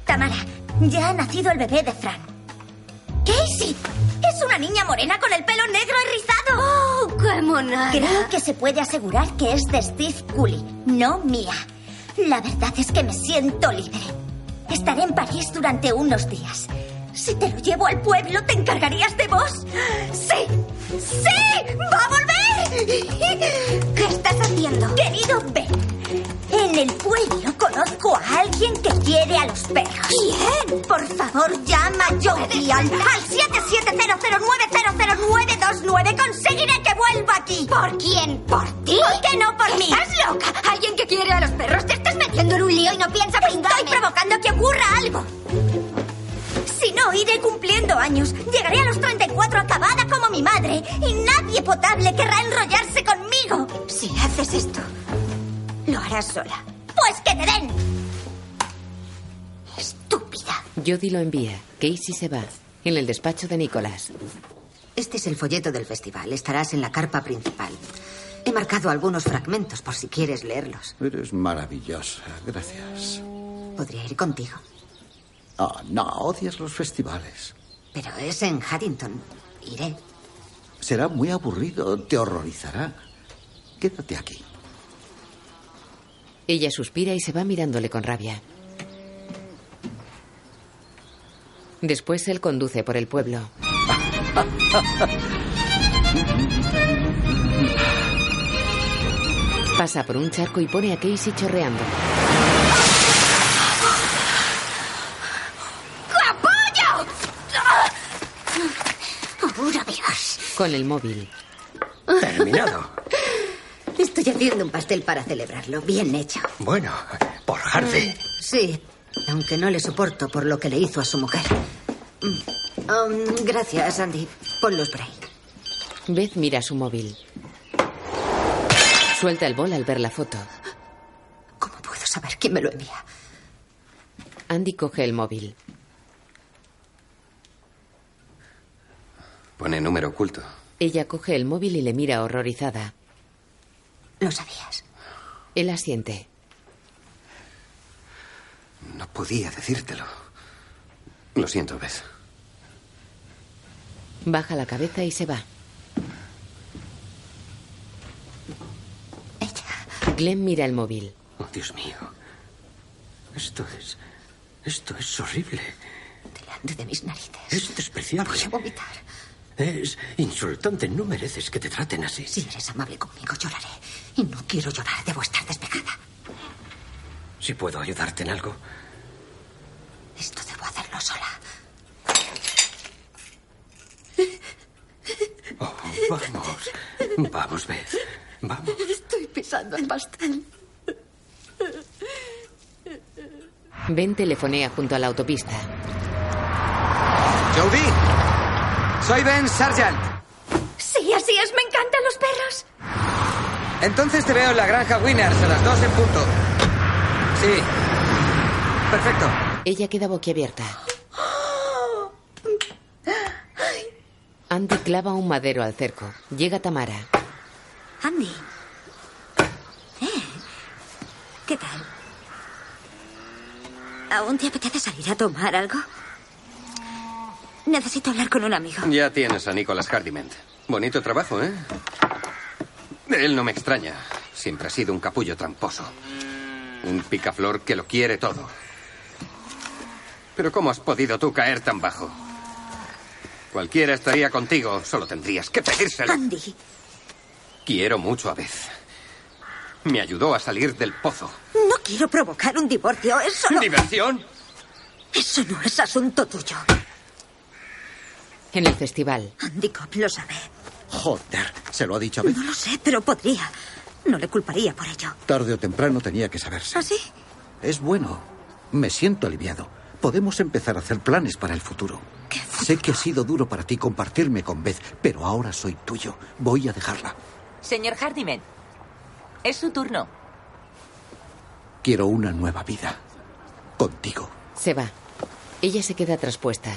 Tamara, ya ha nacido el bebé de Fran. Casey. Es una niña morena con el pelo negro erizado. ¡Oh, qué monada! Creo que se puede asegurar que es de Steve Cooley, no mía. La verdad es que me siento libre. Estaré en París durante unos días. Si te lo llevo al pueblo, ¿te encargarías de vos? ¡Sí! ¡Sí! ¡Va a volver! ¿Qué estás haciendo? Querido Ben, en el pueblo conozco a alguien que quiere a los perros. ¿Quién? Por favor, llama a Jody al, al 77009000929. Conseguiré que vuelva aquí. ¿Por quién? ¿Por ti? ¿Por qué no por mí? ¿Estás loca? ¿Alguien que quiere a los perros? Te estás metiendo en un lío y no piensa pringarme. Estoy provocando que ocurra algo. Si no, iré cumpliendo años. Llegaré a los 34 acabada como mi madre. Y nadie potable querrá enrollarse conmigo. Si haces esto, lo harás sola. Pues que te den. Jodie lo envía. Casey se va. En el despacho de Nicolás. Este es el folleto del festival. Estarás en la carpa principal. He marcado algunos fragmentos por si quieres leerlos. Eres maravillosa. Gracias. Podría ir contigo, Ah, no, odias los festivales. pero es en Haddington. Iré. Será muy aburrido. Te horrorizará. Quédate aquí. Ella suspira y se va mirándole con rabia. Después él conduce por el pueblo. Pasa por un charco y pone a Casey chorreando. ¡Capullo! ¡Ah! Ahora verás. Con el móvil, Terminado. Estoy haciendo un pastel para celebrarlo. Bien hecho. Mm, Bueno, por Hardy. Sí, aunque no le soporto por lo que le hizo a su mujer. Mm. Um, gracias, Andy. Ponlos por ahí. Beth mira su móvil. Suelta el bol al ver la foto. ¿Cómo puedo saber quién me lo envía? Andy coge el móvil. Pone número oculto. Ella coge el móvil y le mira horrorizada. Lo sabías. Él asiente. No podía decírtelo. Lo siento, Beth. Baja la cabeza y se va. Glenn mira el móvil. Oh, Dios mío. Esto es. Esto es horrible. Delante de mis narices. Es despreciable. Voy a vomitar. Es insultante. No mereces que te traten así. Si eres amable conmigo, lloraré. Y no quiero llorar. Debo estar despejada. Si puedo ayudarte en algo. Esto debo hacerlo sola. Oh, vamos. Vamos, Beth. Vamos. Estoy pisando el pastel. Ben telefonea junto a la autopista. Jody, soy Ben Sargent. Sí, así es. Me encantan los perros. Entonces te veo en la granja Winners a las dos en punto. Sí. Perfecto. Ella queda boquiabierta. Andy clava un madero al cerco. Llega Tamara. Andy. Eh, ¿Qué tal? ¿Aún te apetece salir a tomar algo? Necesito hablar con un amigo. Ya tienes a Nicholas Hardiment. Bonito trabajo, ¿eh? Él no me extraña. Siempre ha sido un capullo tramposo. Un picaflor que lo quiere todo. Pero ¿cómo has podido tú caer tan bajo? Cualquiera estaría contigo, solo tendrías que pedírselo. Andy, Quiero mucho a Beth. Me ayudó a salir del pozo. no quiero provocar un divorcio. Eso no, ¿Diversión? eso no es asunto tuyo. En el festival. Andy Cobb lo sabe. Joder, se lo ha dicho a Beth. No lo sé, pero podría. No le culparía por ello. Tarde o temprano tenía que saberse. ¿Ah, sí? Es bueno. Me siento aliviado. Podemos empezar a hacer planes para el futuro. Sé que ha sido duro para ti compartirme con Beth, pero ahora soy tuyo. Voy a dejarla. Señor Hardiman, es su turno. Quiero una nueva vida. Contigo. Se va. Ella se queda traspuesta.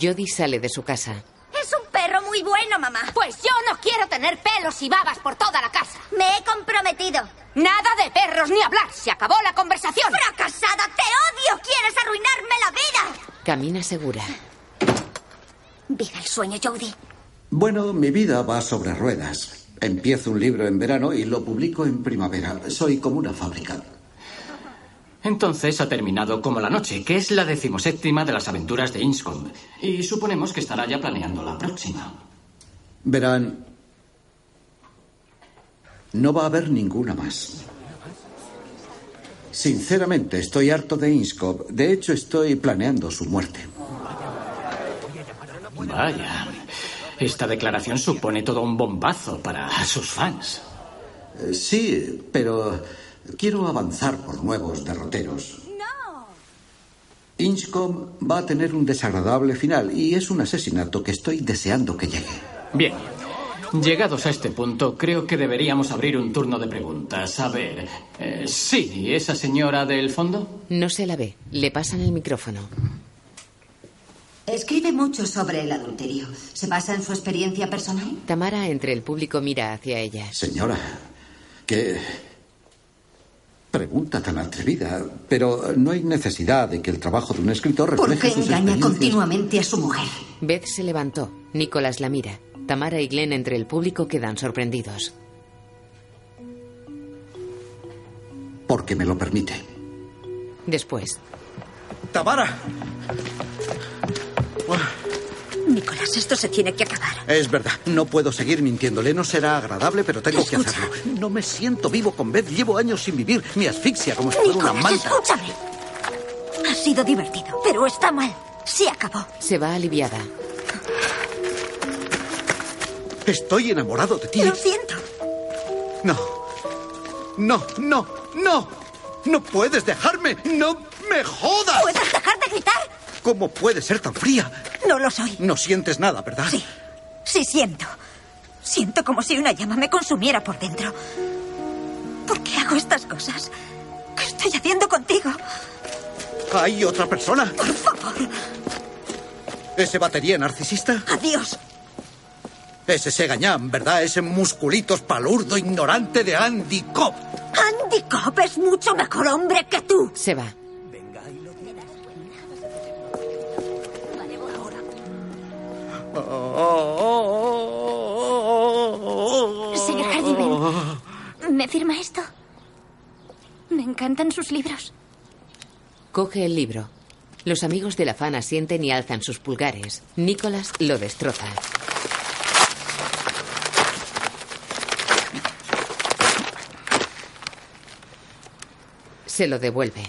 Jody sale de su casa. Es un perro muy bueno, mamá. Pues yo no quiero tener pelos y babas por toda la casa. Me he comprometido. Nada de perros ni hablar. Se acabó la conversación. ¡Fracasada! ¡Te odio! ¡Quieres arruinarme la vida! Camina segura. Viva el sueño, Jodie. Bueno, mi vida va sobre ruedas. Empiezo un libro en verano y lo publico en primavera. Soy como una fábrica. Entonces ha terminado como la noche, que es la decimoséptima de las aventuras de Inscombe, y suponemos que estará ya planeando la próxima. Verán, no va a haber ninguna más. Sinceramente, estoy harto de Inscope. De hecho, estoy planeando su muerte. Vaya, esta declaración supone todo un bombazo para sus fans. Eh, Sí, pero quiero avanzar por nuevos derroteros. Inchcom va a tener un desagradable final y es un asesinato que estoy deseando que llegue. Bien, llegados a este punto, creo que deberíamos abrir un turno de preguntas. A ver, eh, sí, esa señora del fondo. No se la ve. Le pasan el micrófono. Escribe mucho sobre el adulterio. ¿Se basa en su experiencia personal? Tamara entre el público mira hacia ella. Señora, qué pregunta tan atrevida, pero no hay necesidad de que el trabajo de un escritor refleje Porque sus engaña experiencias. continuamente a su mujer. Beth se levantó. Nicholas la mira. Tamara y Glenn entre el público quedan sorprendidos. Porque me lo permite. Después, ¡Tamara! Nicolás, esto se tiene que acabar. Es verdad, no puedo seguir mintiéndole. No será agradable, pero tengo que hacerlo. No me siento vivo con Beth. Llevo años sin vivir. Me asfixia como si fuera una Nicolás, manta. escúchame. Ha sido divertido, pero está mal. Se acabó. se va aliviada. Estoy enamorado de ti. Lo siento. No. No, no, no. No puedes dejarme. No me jodas. ¿Puedes dejar de gritar? ¿Cómo puedes ser tan fría? No lo soy. No sientes nada, ¿verdad? Sí. Sí siento. Siento como si una llama me consumiera por dentro. ¿Por qué hago estas cosas? ¿Qué estoy haciendo contigo? ¿Hay otra persona? Por favor. ¿Ese batería narcisista? Adiós. Es ese gañán, ¿verdad? Ese musculitos palurdo ignorante de Andy Cobb. Andy Cobb es mucho mejor hombre que tú. Se va. Oh. Oh, Señor Hardiman, ¿me firma esto? Me encantan sus libros. Coge el libro. Los amigos de la fan asienten y alzan sus pulgares. Nicholas lo destroza. Se lo devuelve.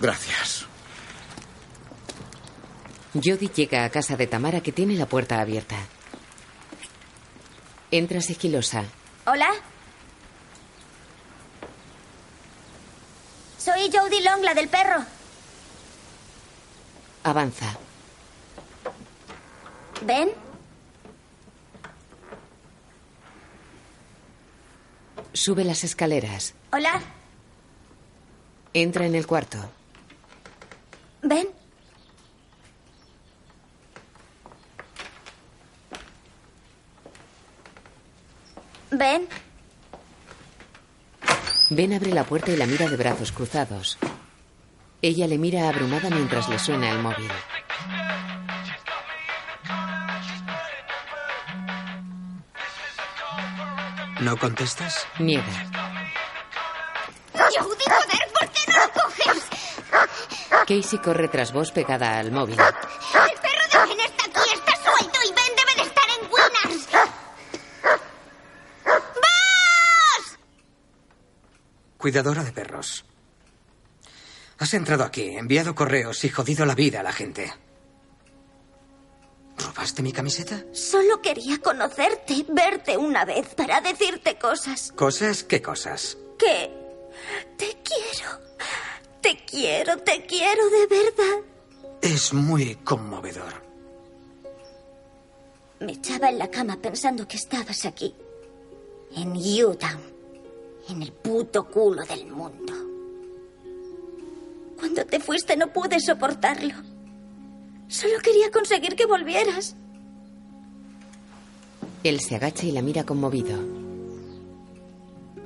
Gracias. Jody llega a casa de Tamara que tiene la puerta abierta. Entra sigilosa. Hola. Soy Jodie Long, la del perro. Avanza. ¿Ven? Sube las escaleras. Hola. Entra en el cuarto. ¿Ven? ¿Ven? Ben abre la puerta y la mira de brazos cruzados. Ella le mira abrumada mientras le suena el móvil. ¿No contestas? Niega. ¡Jodie, joder! ¿Por qué no lo coges? Casey corre tras vos pegada al móvil. El perro de Ben está aquí, está suelto y Ben debe de estar en Winners. Cuidadora de perros. Has entrado aquí, enviado correos y jodido la vida a la gente. ¿Robaste mi camiseta? Solo quería conocerte, verte una vez para decirte cosas. ¿Cosas? ¿Qué cosas? Que te quiero. Te quiero, te quiero de verdad. Es muy conmovedor. Me echaba en la cama pensando que estabas aquí. En Newtown. En el puto culo del mundo. Cuando te fuiste no pude soportarlo. Solo quería conseguir que volvieras. Él se agacha y la mira conmovido.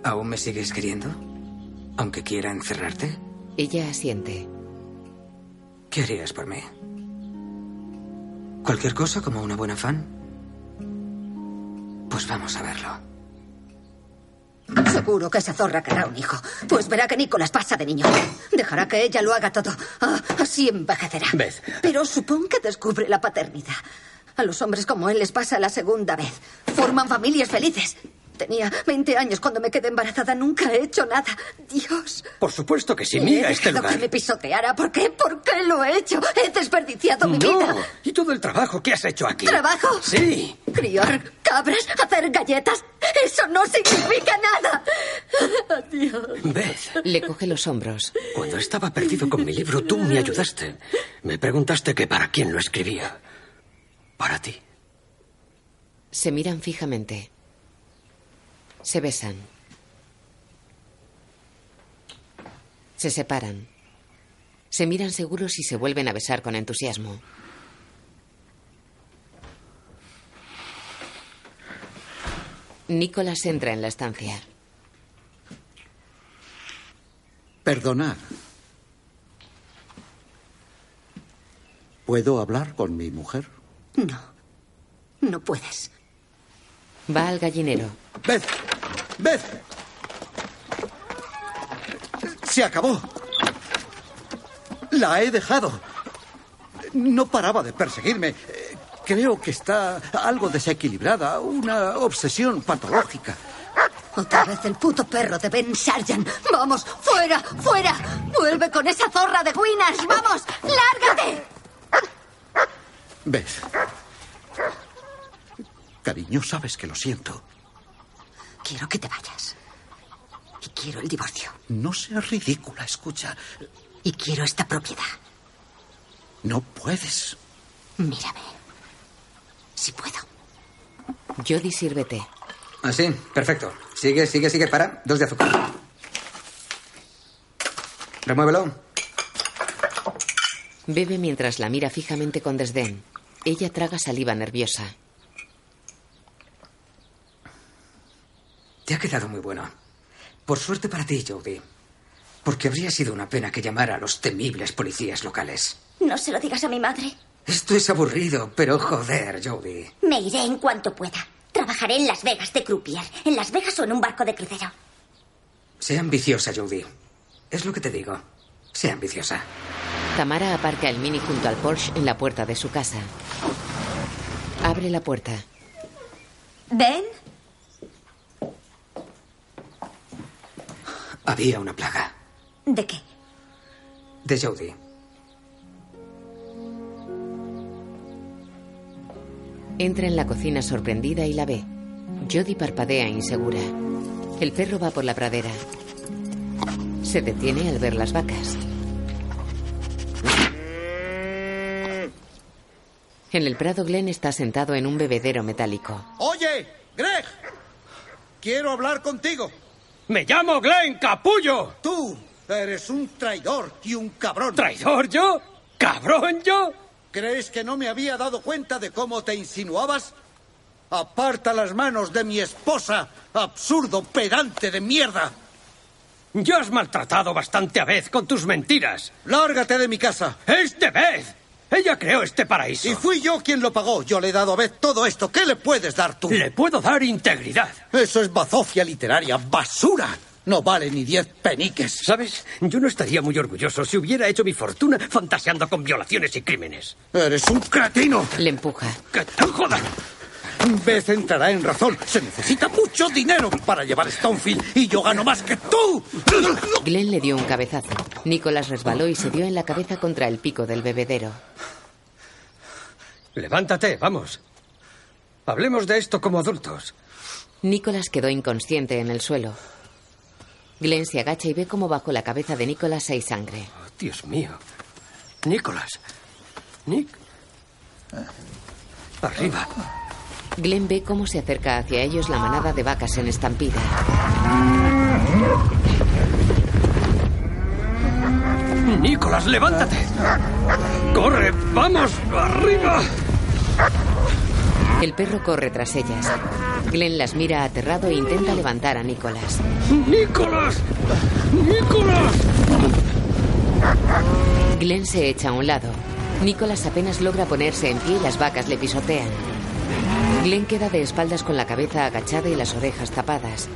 ¿Aún me sigues queriendo? Aunque quiera encerrarte. Ella asiente. ¿Qué harías por mí? ¿Cualquier cosa como una buena fan? Pues vamos a verlo. Seguro que esa zorra querrá un hijo. Pues verá que Nicolás pasa de niño. Dejará que ella lo haga todo. Ah, así envejecerá. Beth. Pero supón que descubre la paternidad. A los hombres como él les pasa la segunda vez. Forman familias felices. Tenía 20 años cuando me quedé embarazada. Nunca he hecho nada. Dios. Por supuesto que sí, he mira este dejado Eh, que lugar. me pisoteara. ¿Por qué? ¿Por qué lo he hecho? He desperdiciado mi No, vida. y todo el trabajo que has hecho aquí. ¿Trabajo? Sí. Criar cabras, hacer galletas. Eso no significa nada. Adiós. Beth, Le coge los hombros. cuando estaba perdido con mi libro, tú me ayudaste. Me preguntaste que para quién lo escribía. Para ti. Se miran fijamente. Se besan. Se separan. Se miran seguros y se vuelven a besar con entusiasmo. Nicolás entra en la estancia. Perdonad. ¿Puedo hablar con mi mujer? No. No puedes. Va al gallinero. ¡Ved! ¡Ved! Se acabó. La he dejado. No paraba de perseguirme. Eh, Creo que está algo desequilibrada, una obsesión patológica. Otra vez el puto perro de Ben Sargent. ¡Vamos! ¡Fuera! ¡Fuera! ¡Vuelve con esa zorra de Winners! ¡Vamos! ¡Lárgate! Ved. Cariño, sabes que lo siento. Quiero que te vayas. Y quiero el divorcio. No seas ridícula, escucha. Y quiero esta propiedad. No puedes. Mírame. Si puedo. Jody sirve té. Así, Ah, perfecto. Sigue, sigue, sigue. Para. Dos de azúcar. Remuévelo. Bebe mientras la mira fijamente con desdén. Ella traga saliva nerviosa. Te ha quedado muy bueno. Por suerte para ti, Jody. Porque habría sido una pena que llamara a los temibles policías locales. No se lo digas a mi madre. Esto es aburrido, pero joder, Jody. Me iré en cuanto pueda. Trabajaré en Las Vegas de croupier, en Las Vegas o en un barco de crucero. Sea ambiciosa, Jody. Es lo que te digo. Sea ambiciosa. Tamara aparca el mini junto al Porsche en la puerta de su casa. Abre la puerta. ¿Ven? Había una plaga. ¿De qué? De Jody. Entra en la cocina sorprendida y la ve. Jody parpadea insegura. El perro va por la pradera. Se detiene al ver las vacas. En el prado Glenn está sentado en un bebedero metálico. Oye, Greg, quiero hablar contigo. Me llamo Glenn Capullo. Tú eres un traidor y un cabrón. ¿Traidor yo? ¿Cabrón yo? ¿Crees que no me había dado cuenta de cómo te insinuabas? Aparta las manos de mi esposa, absurdo pedante de mierda. Ya has maltratado bastante a Beth con tus mentiras. Lárgate de mi casa. ¡Es de Beth! Ella creó este paraíso. Y fui yo quien lo pagó. Yo le he dado a Beth todo esto. ¿Qué le puedes dar tú? Le puedo dar integridad. Eso es bazofia literaria, basura. No vale ni diez peniques. ¿Sabes? Yo no estaría muy orgulloso si hubiera hecho mi fortuna fantaseando con violaciones y crímenes. Eres un cretino. Le empuja. ¡Que te jodan! Beth entrará en razón. Se necesita mucho dinero para llevar Stonefield y yo gano más que tú. Glenn le dio un cabezazo. Nicholas resbaló y se dio en la cabeza contra el pico del bebedero. Levántate, vamos. Hablemos de esto como adultos. Nicholas quedó inconsciente en el suelo. Glenn se agacha y ve cómo bajo la cabeza de Nicholas hay sangre. Oh, Dios mío. Nicholas. Nick. Arriba. Glenn ve cómo se acerca hacia ellos la manada de vacas en estampida. Nicholas, levántate. Corre, vamos, arriba. El perro corre tras ellas. Glenn las mira aterrado e intenta levantar a Nicholas. Nicholas. Nicholas. Glenn se echa a un lado. Nicholas apenas logra ponerse en pie y las vacas le pisotean. Glenn queda de espaldas con la cabeza agachada y las orejas tapadas.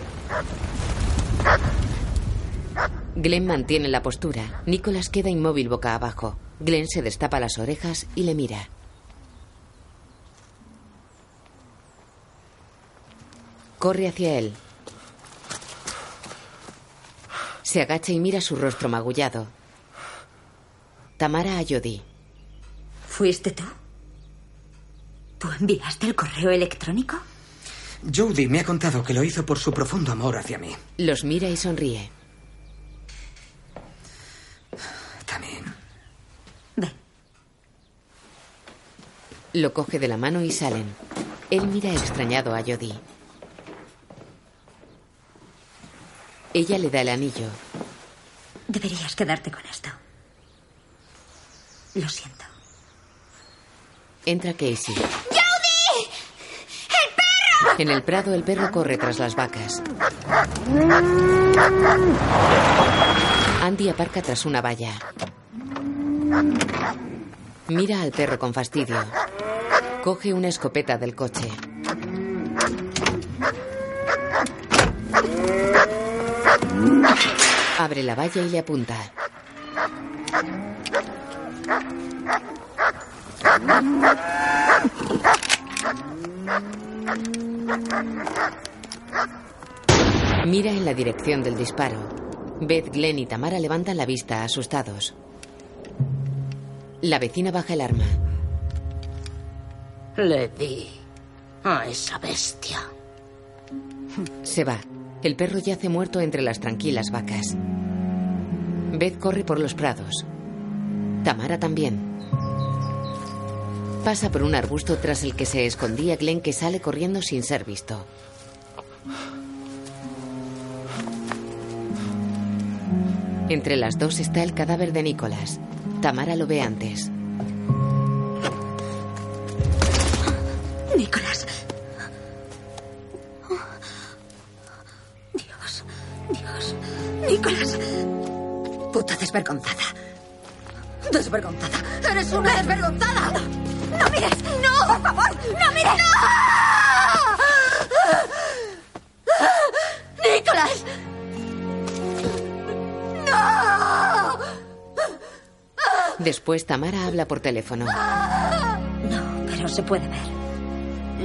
Glenn mantiene la postura. Nicholas queda inmóvil boca abajo. Glenn se destapa las orejas y le mira. Corre hacia él. Se agacha y mira su rostro magullado. Tamara a Jody. ¿Fuiste tú? ¿Tú enviaste el correo electrónico? Jody me ha contado que lo hizo por su profundo amor hacia mí. Los mira y sonríe. Lo coge de la mano y salen. Él mira extrañado a Jody. Ella le da el anillo. Deberías quedarte con esto. Lo siento. Entra Casey. ¡Jody! ¡El perro! En el prado el perro corre tras las vacas. Andy aparca tras una valla. Mira al perro con fastidio. Coge una escopeta del coche. Abre la valla y le apunta. Mira en la dirección del disparo. Beth, Glenn y Tamara levantan la vista asustados. La vecina baja el arma. Le di a esa bestia. Se va. El perro yace muerto entre las tranquilas vacas. Beth corre por los prados. Tamara también. Pasa por un arbusto tras el que se escondía Glenn que sale corriendo sin ser visto. Entre las dos está el cadáver de Nicholas. Tamara lo ve antes. Nicolás. Dios, Dios. Nicolás. Puta desvergonzada. Desvergonzada. Eres una desvergonzada. No mires. No, por favor. No mires. Nicolás. No. Después Tamara habla por teléfono. No, pero se puede ver.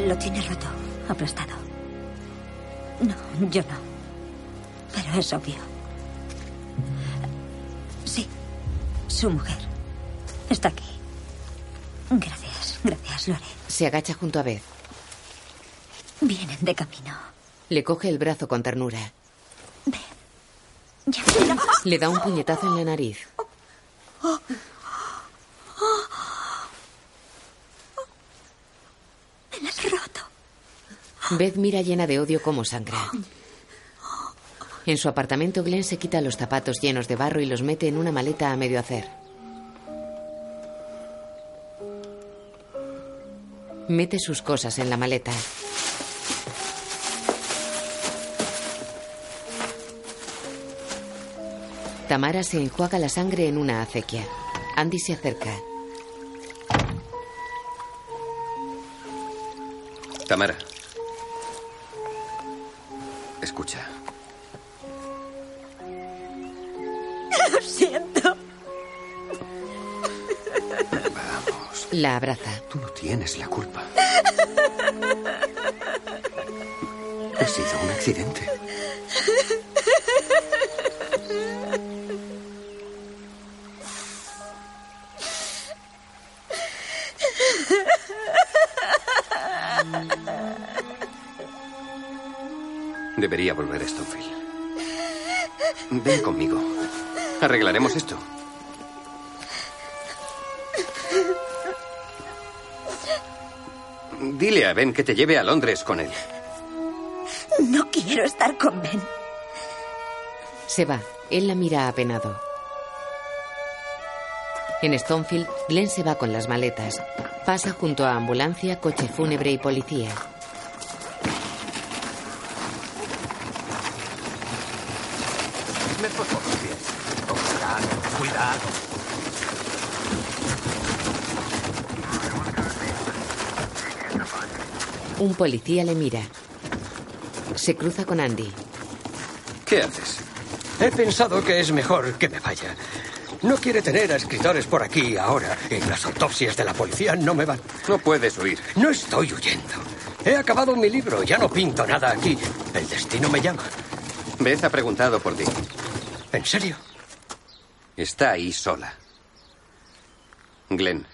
Lo tiene roto, aplastado. No, yo no. Pero es obvio. Sí, su mujer está aquí. Gracias, gracias, Lore. Se agacha junto a Beth. Vienen de camino. Le coge el brazo con ternura. Le da un puñetazo en la nariz. Me las roto. Beth mira llena de odio cómo sangra. En su apartamento, Glenn se quita los zapatos llenos de barro y los mete en una maleta a medio hacer. Mete sus cosas en la maleta. Tamara se enjuaga la sangre en una acequia. Andy se acerca. Tamara. Escucha. Lo siento. La abraza. Tú no tienes la culpa. Ha sido un accidente. Debería volver a Stonefield. Ven conmigo. Arreglaremos esto. Dile a Ben que te lleve a Londres con él. No quiero estar con Ben. Se va. Él la mira apenado. En Stonefield, Glenn se va con las maletas. Pasa junto a ambulancia, coche fúnebre y policía. Me pongo los pies. Con cuidado, [laughs] cuidado. Un policía le mira. Se cruza con Andy. ¿Qué haces? He pensado que es mejor que me vaya. No quiere tener a escritores por aquí ahora. Y las autopsias de la policía no me van. No puedes huir. No estoy huyendo. He acabado mi libro. Ya no pinto nada aquí. El destino me llama. Beth ha preguntado por ti. ¿En serio? Está ahí sola. Glenn,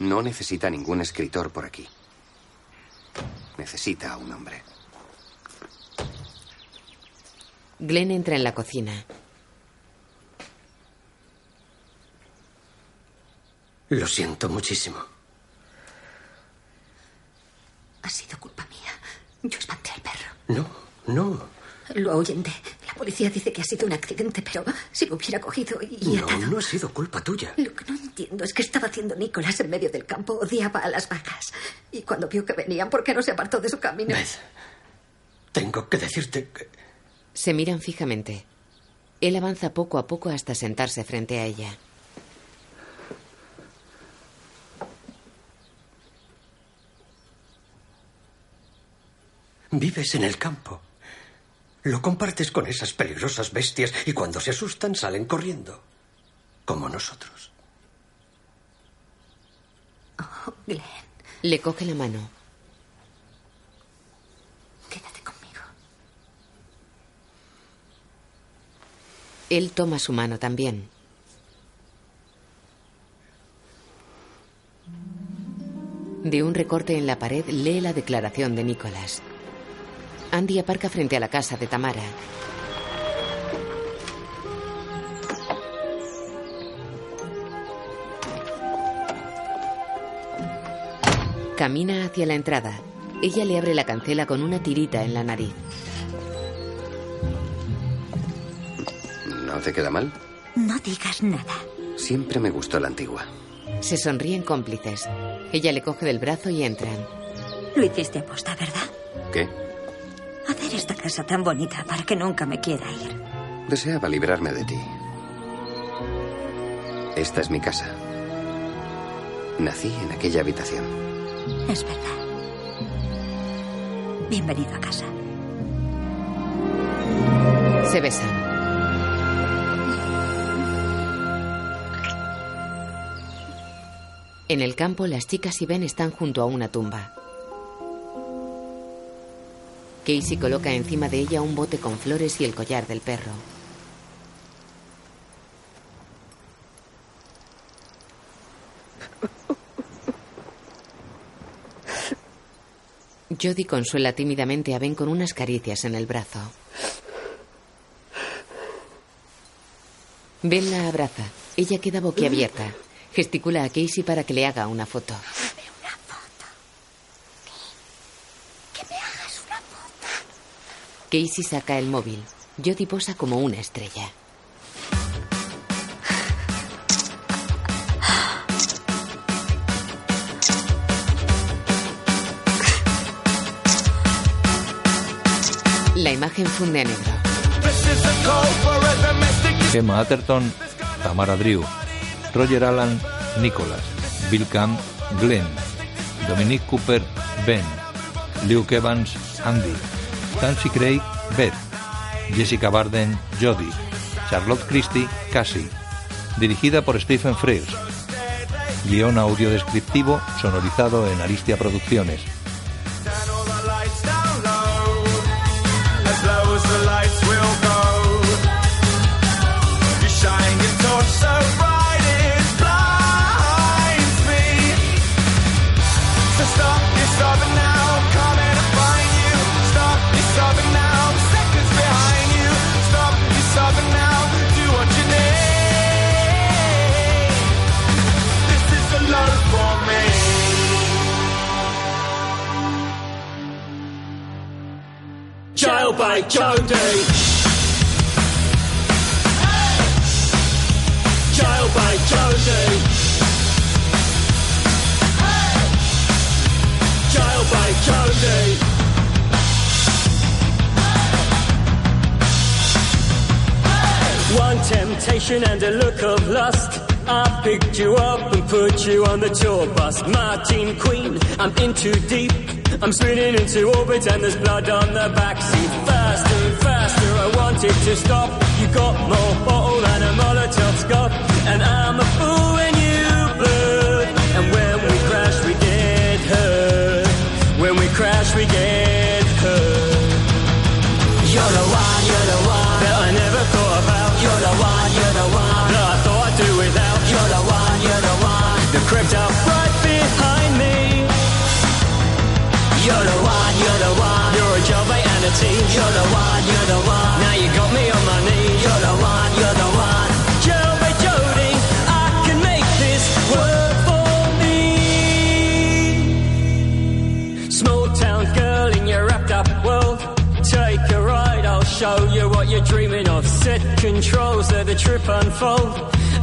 no necesita ningún escritor por aquí. Necesita a un hombre. Glenn entra en la cocina. Lo siento muchísimo. Ha sido culpa mía. Yo espanté al perro. No, no. Lo ahuyenté. La policía dice que ha sido un accidente, pero si lo hubiera cogido y No, no ha sido culpa tuya. Lo que no entiendo es que estaba haciendo Nicolás en medio del campo. Odiaba a las vacas. Y cuando vio que venían, ¿por qué no se apartó de su camino? Tengo que decirte que... Se miran fijamente. Él avanza poco a poco hasta sentarse frente a ella. Vives en el campo. Lo compartes con esas peligrosas bestias y cuando se asustan salen corriendo. Como nosotros. Le coge la mano. Quédate conmigo. Él toma su mano también. De un recorte en la pared lee la declaración de Nicholas. Andy aparca frente a la casa de Tamara. Camina hacia la entrada. Ella le abre la cancela con una tirita en la nariz. ¿No te queda mal? No digas nada. Siempre me gustó la antigua. Se sonríen cómplices. Ella le coge del brazo y entran. Lo hiciste aposta, ¿verdad? ¿Qué? Hacer esta casa tan bonita para que nunca me quiera ir. Deseaba librarme de ti. Esta es mi casa. Nací en aquella habitación. Es verdad. Bienvenido a casa. Se besan. En el campo, las chicas y Ben están junto a una tumba. Casey coloca encima de ella un bote con flores y el collar del perro. Jody consuela tímidamente a Ben con unas caricias en el brazo. Ben la abraza. Ella queda boquiabierta. Gesticula a Casey para que le haga una foto. Casey saca el móvil. Jody posa como una estrella. La imagen funde a negro. Emma Atherton, Tamara Drew, Roger Allan, Nicholas, Bill Camp, Glenn, Dominic Cooper, Ben, Luke Evans, Andy, Tansy Craig, Beth, Jessica Barden, Jodie, Charlotte Christie, Cassie. Dirigida por Stephen Frears. Guión audio descriptivo sonorizado en Aristia Producciones. as low as the lights will go. You shine your torch so bright it blinds me. So stop your sobbing now, I'm coming to find you. Stop your sobbing now, I'm seconds behind you. Stop your sobbing now, do what you need. This is the low for me. Jail by eh? Jody. Jail by eh? Jody. Jail by Jody. One temptation and a look of lust. I picked you up and put you on the tour bus. Martin Queen, I'm in too deep. I'm spinning into orbit and there's blood on the backseat. Faster and faster, I wanted to stop. You got more bottle than a Molotov Scott. And I'm a fool when you blew. And when we crash, we get hurt. When we crash, we get hurt. You're the one, you're the one that I never thought about. You're the one, you're the one that I thought I'd do without. You're the one, you're the one that crept up right behind me. You're the one, you're the one. You're a job and a team. You're the one, you're the one. Now you got me on my knees. You're the one, you're the one. Joey Jody, I can make this work for me. Small town girl in your wrapped up world. Take a ride, I'll show you what you're dreaming of. Set controls, let the trip unfold.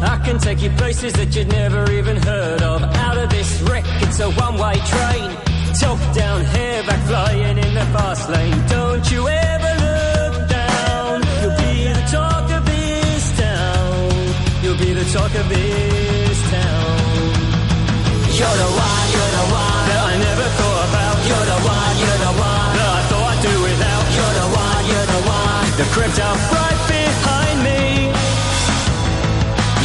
I can take you places that you'd never even heard of. Out of this wreck, it's a one way train. Top down, hair back, flying in the fast lane. Don't you ever look down. You'll be the talk of this town. You'll be the talk of this town. You're the one, you're the one that I never thought about. You're the one, you're the one that I thought I'd do without. You're the one, you're the one that crept up right behind me.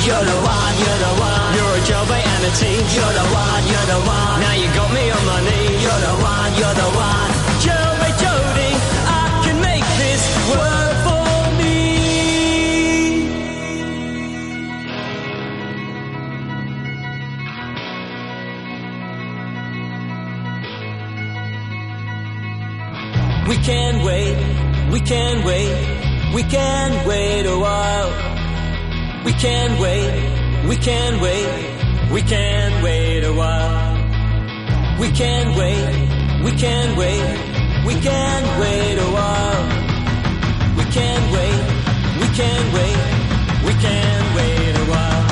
You're the one, you're the one. You're a job and a team. You're the one, you're the one. Now you got me on my knees. You're the one, you're the one. Joey Jody, I can make this work for me. can wait, we can wait, we can wait a while. We can wait, we can wait, we can wait a while. We can wait, we can wait, we can wait a while. We can wait, we can wait, we can wait a while.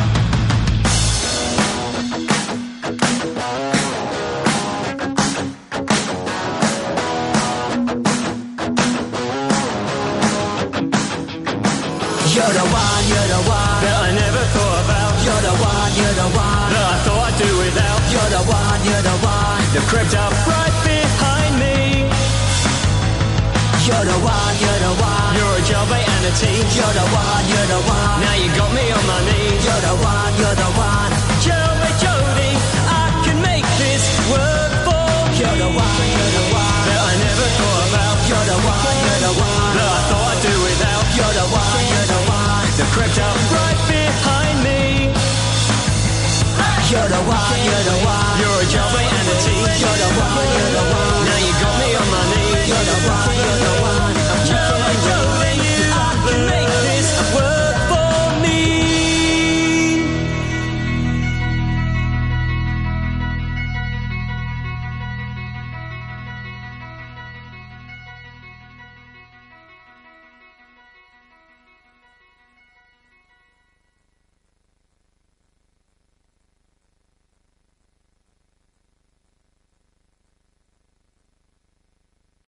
You're the one, you're the one that I never thought about. You're the one, you're the one that I thought I'd do without. You're the one, you're the one that crept up right behind me. You're the one, you're the one. You're a jailbait and a tea. You're the one, you're the one. Now you got me on my knees. You're the one, you're the one. Jailbait Jody, I can make this work for you. You're the one, you're the one that I never thought about. You're the one, you're the one that I thought I'd do without. You're the one, you're the one that crept up right behind me. You're the one, you're the one. You're a jailbait and a tea. You're the one, you're the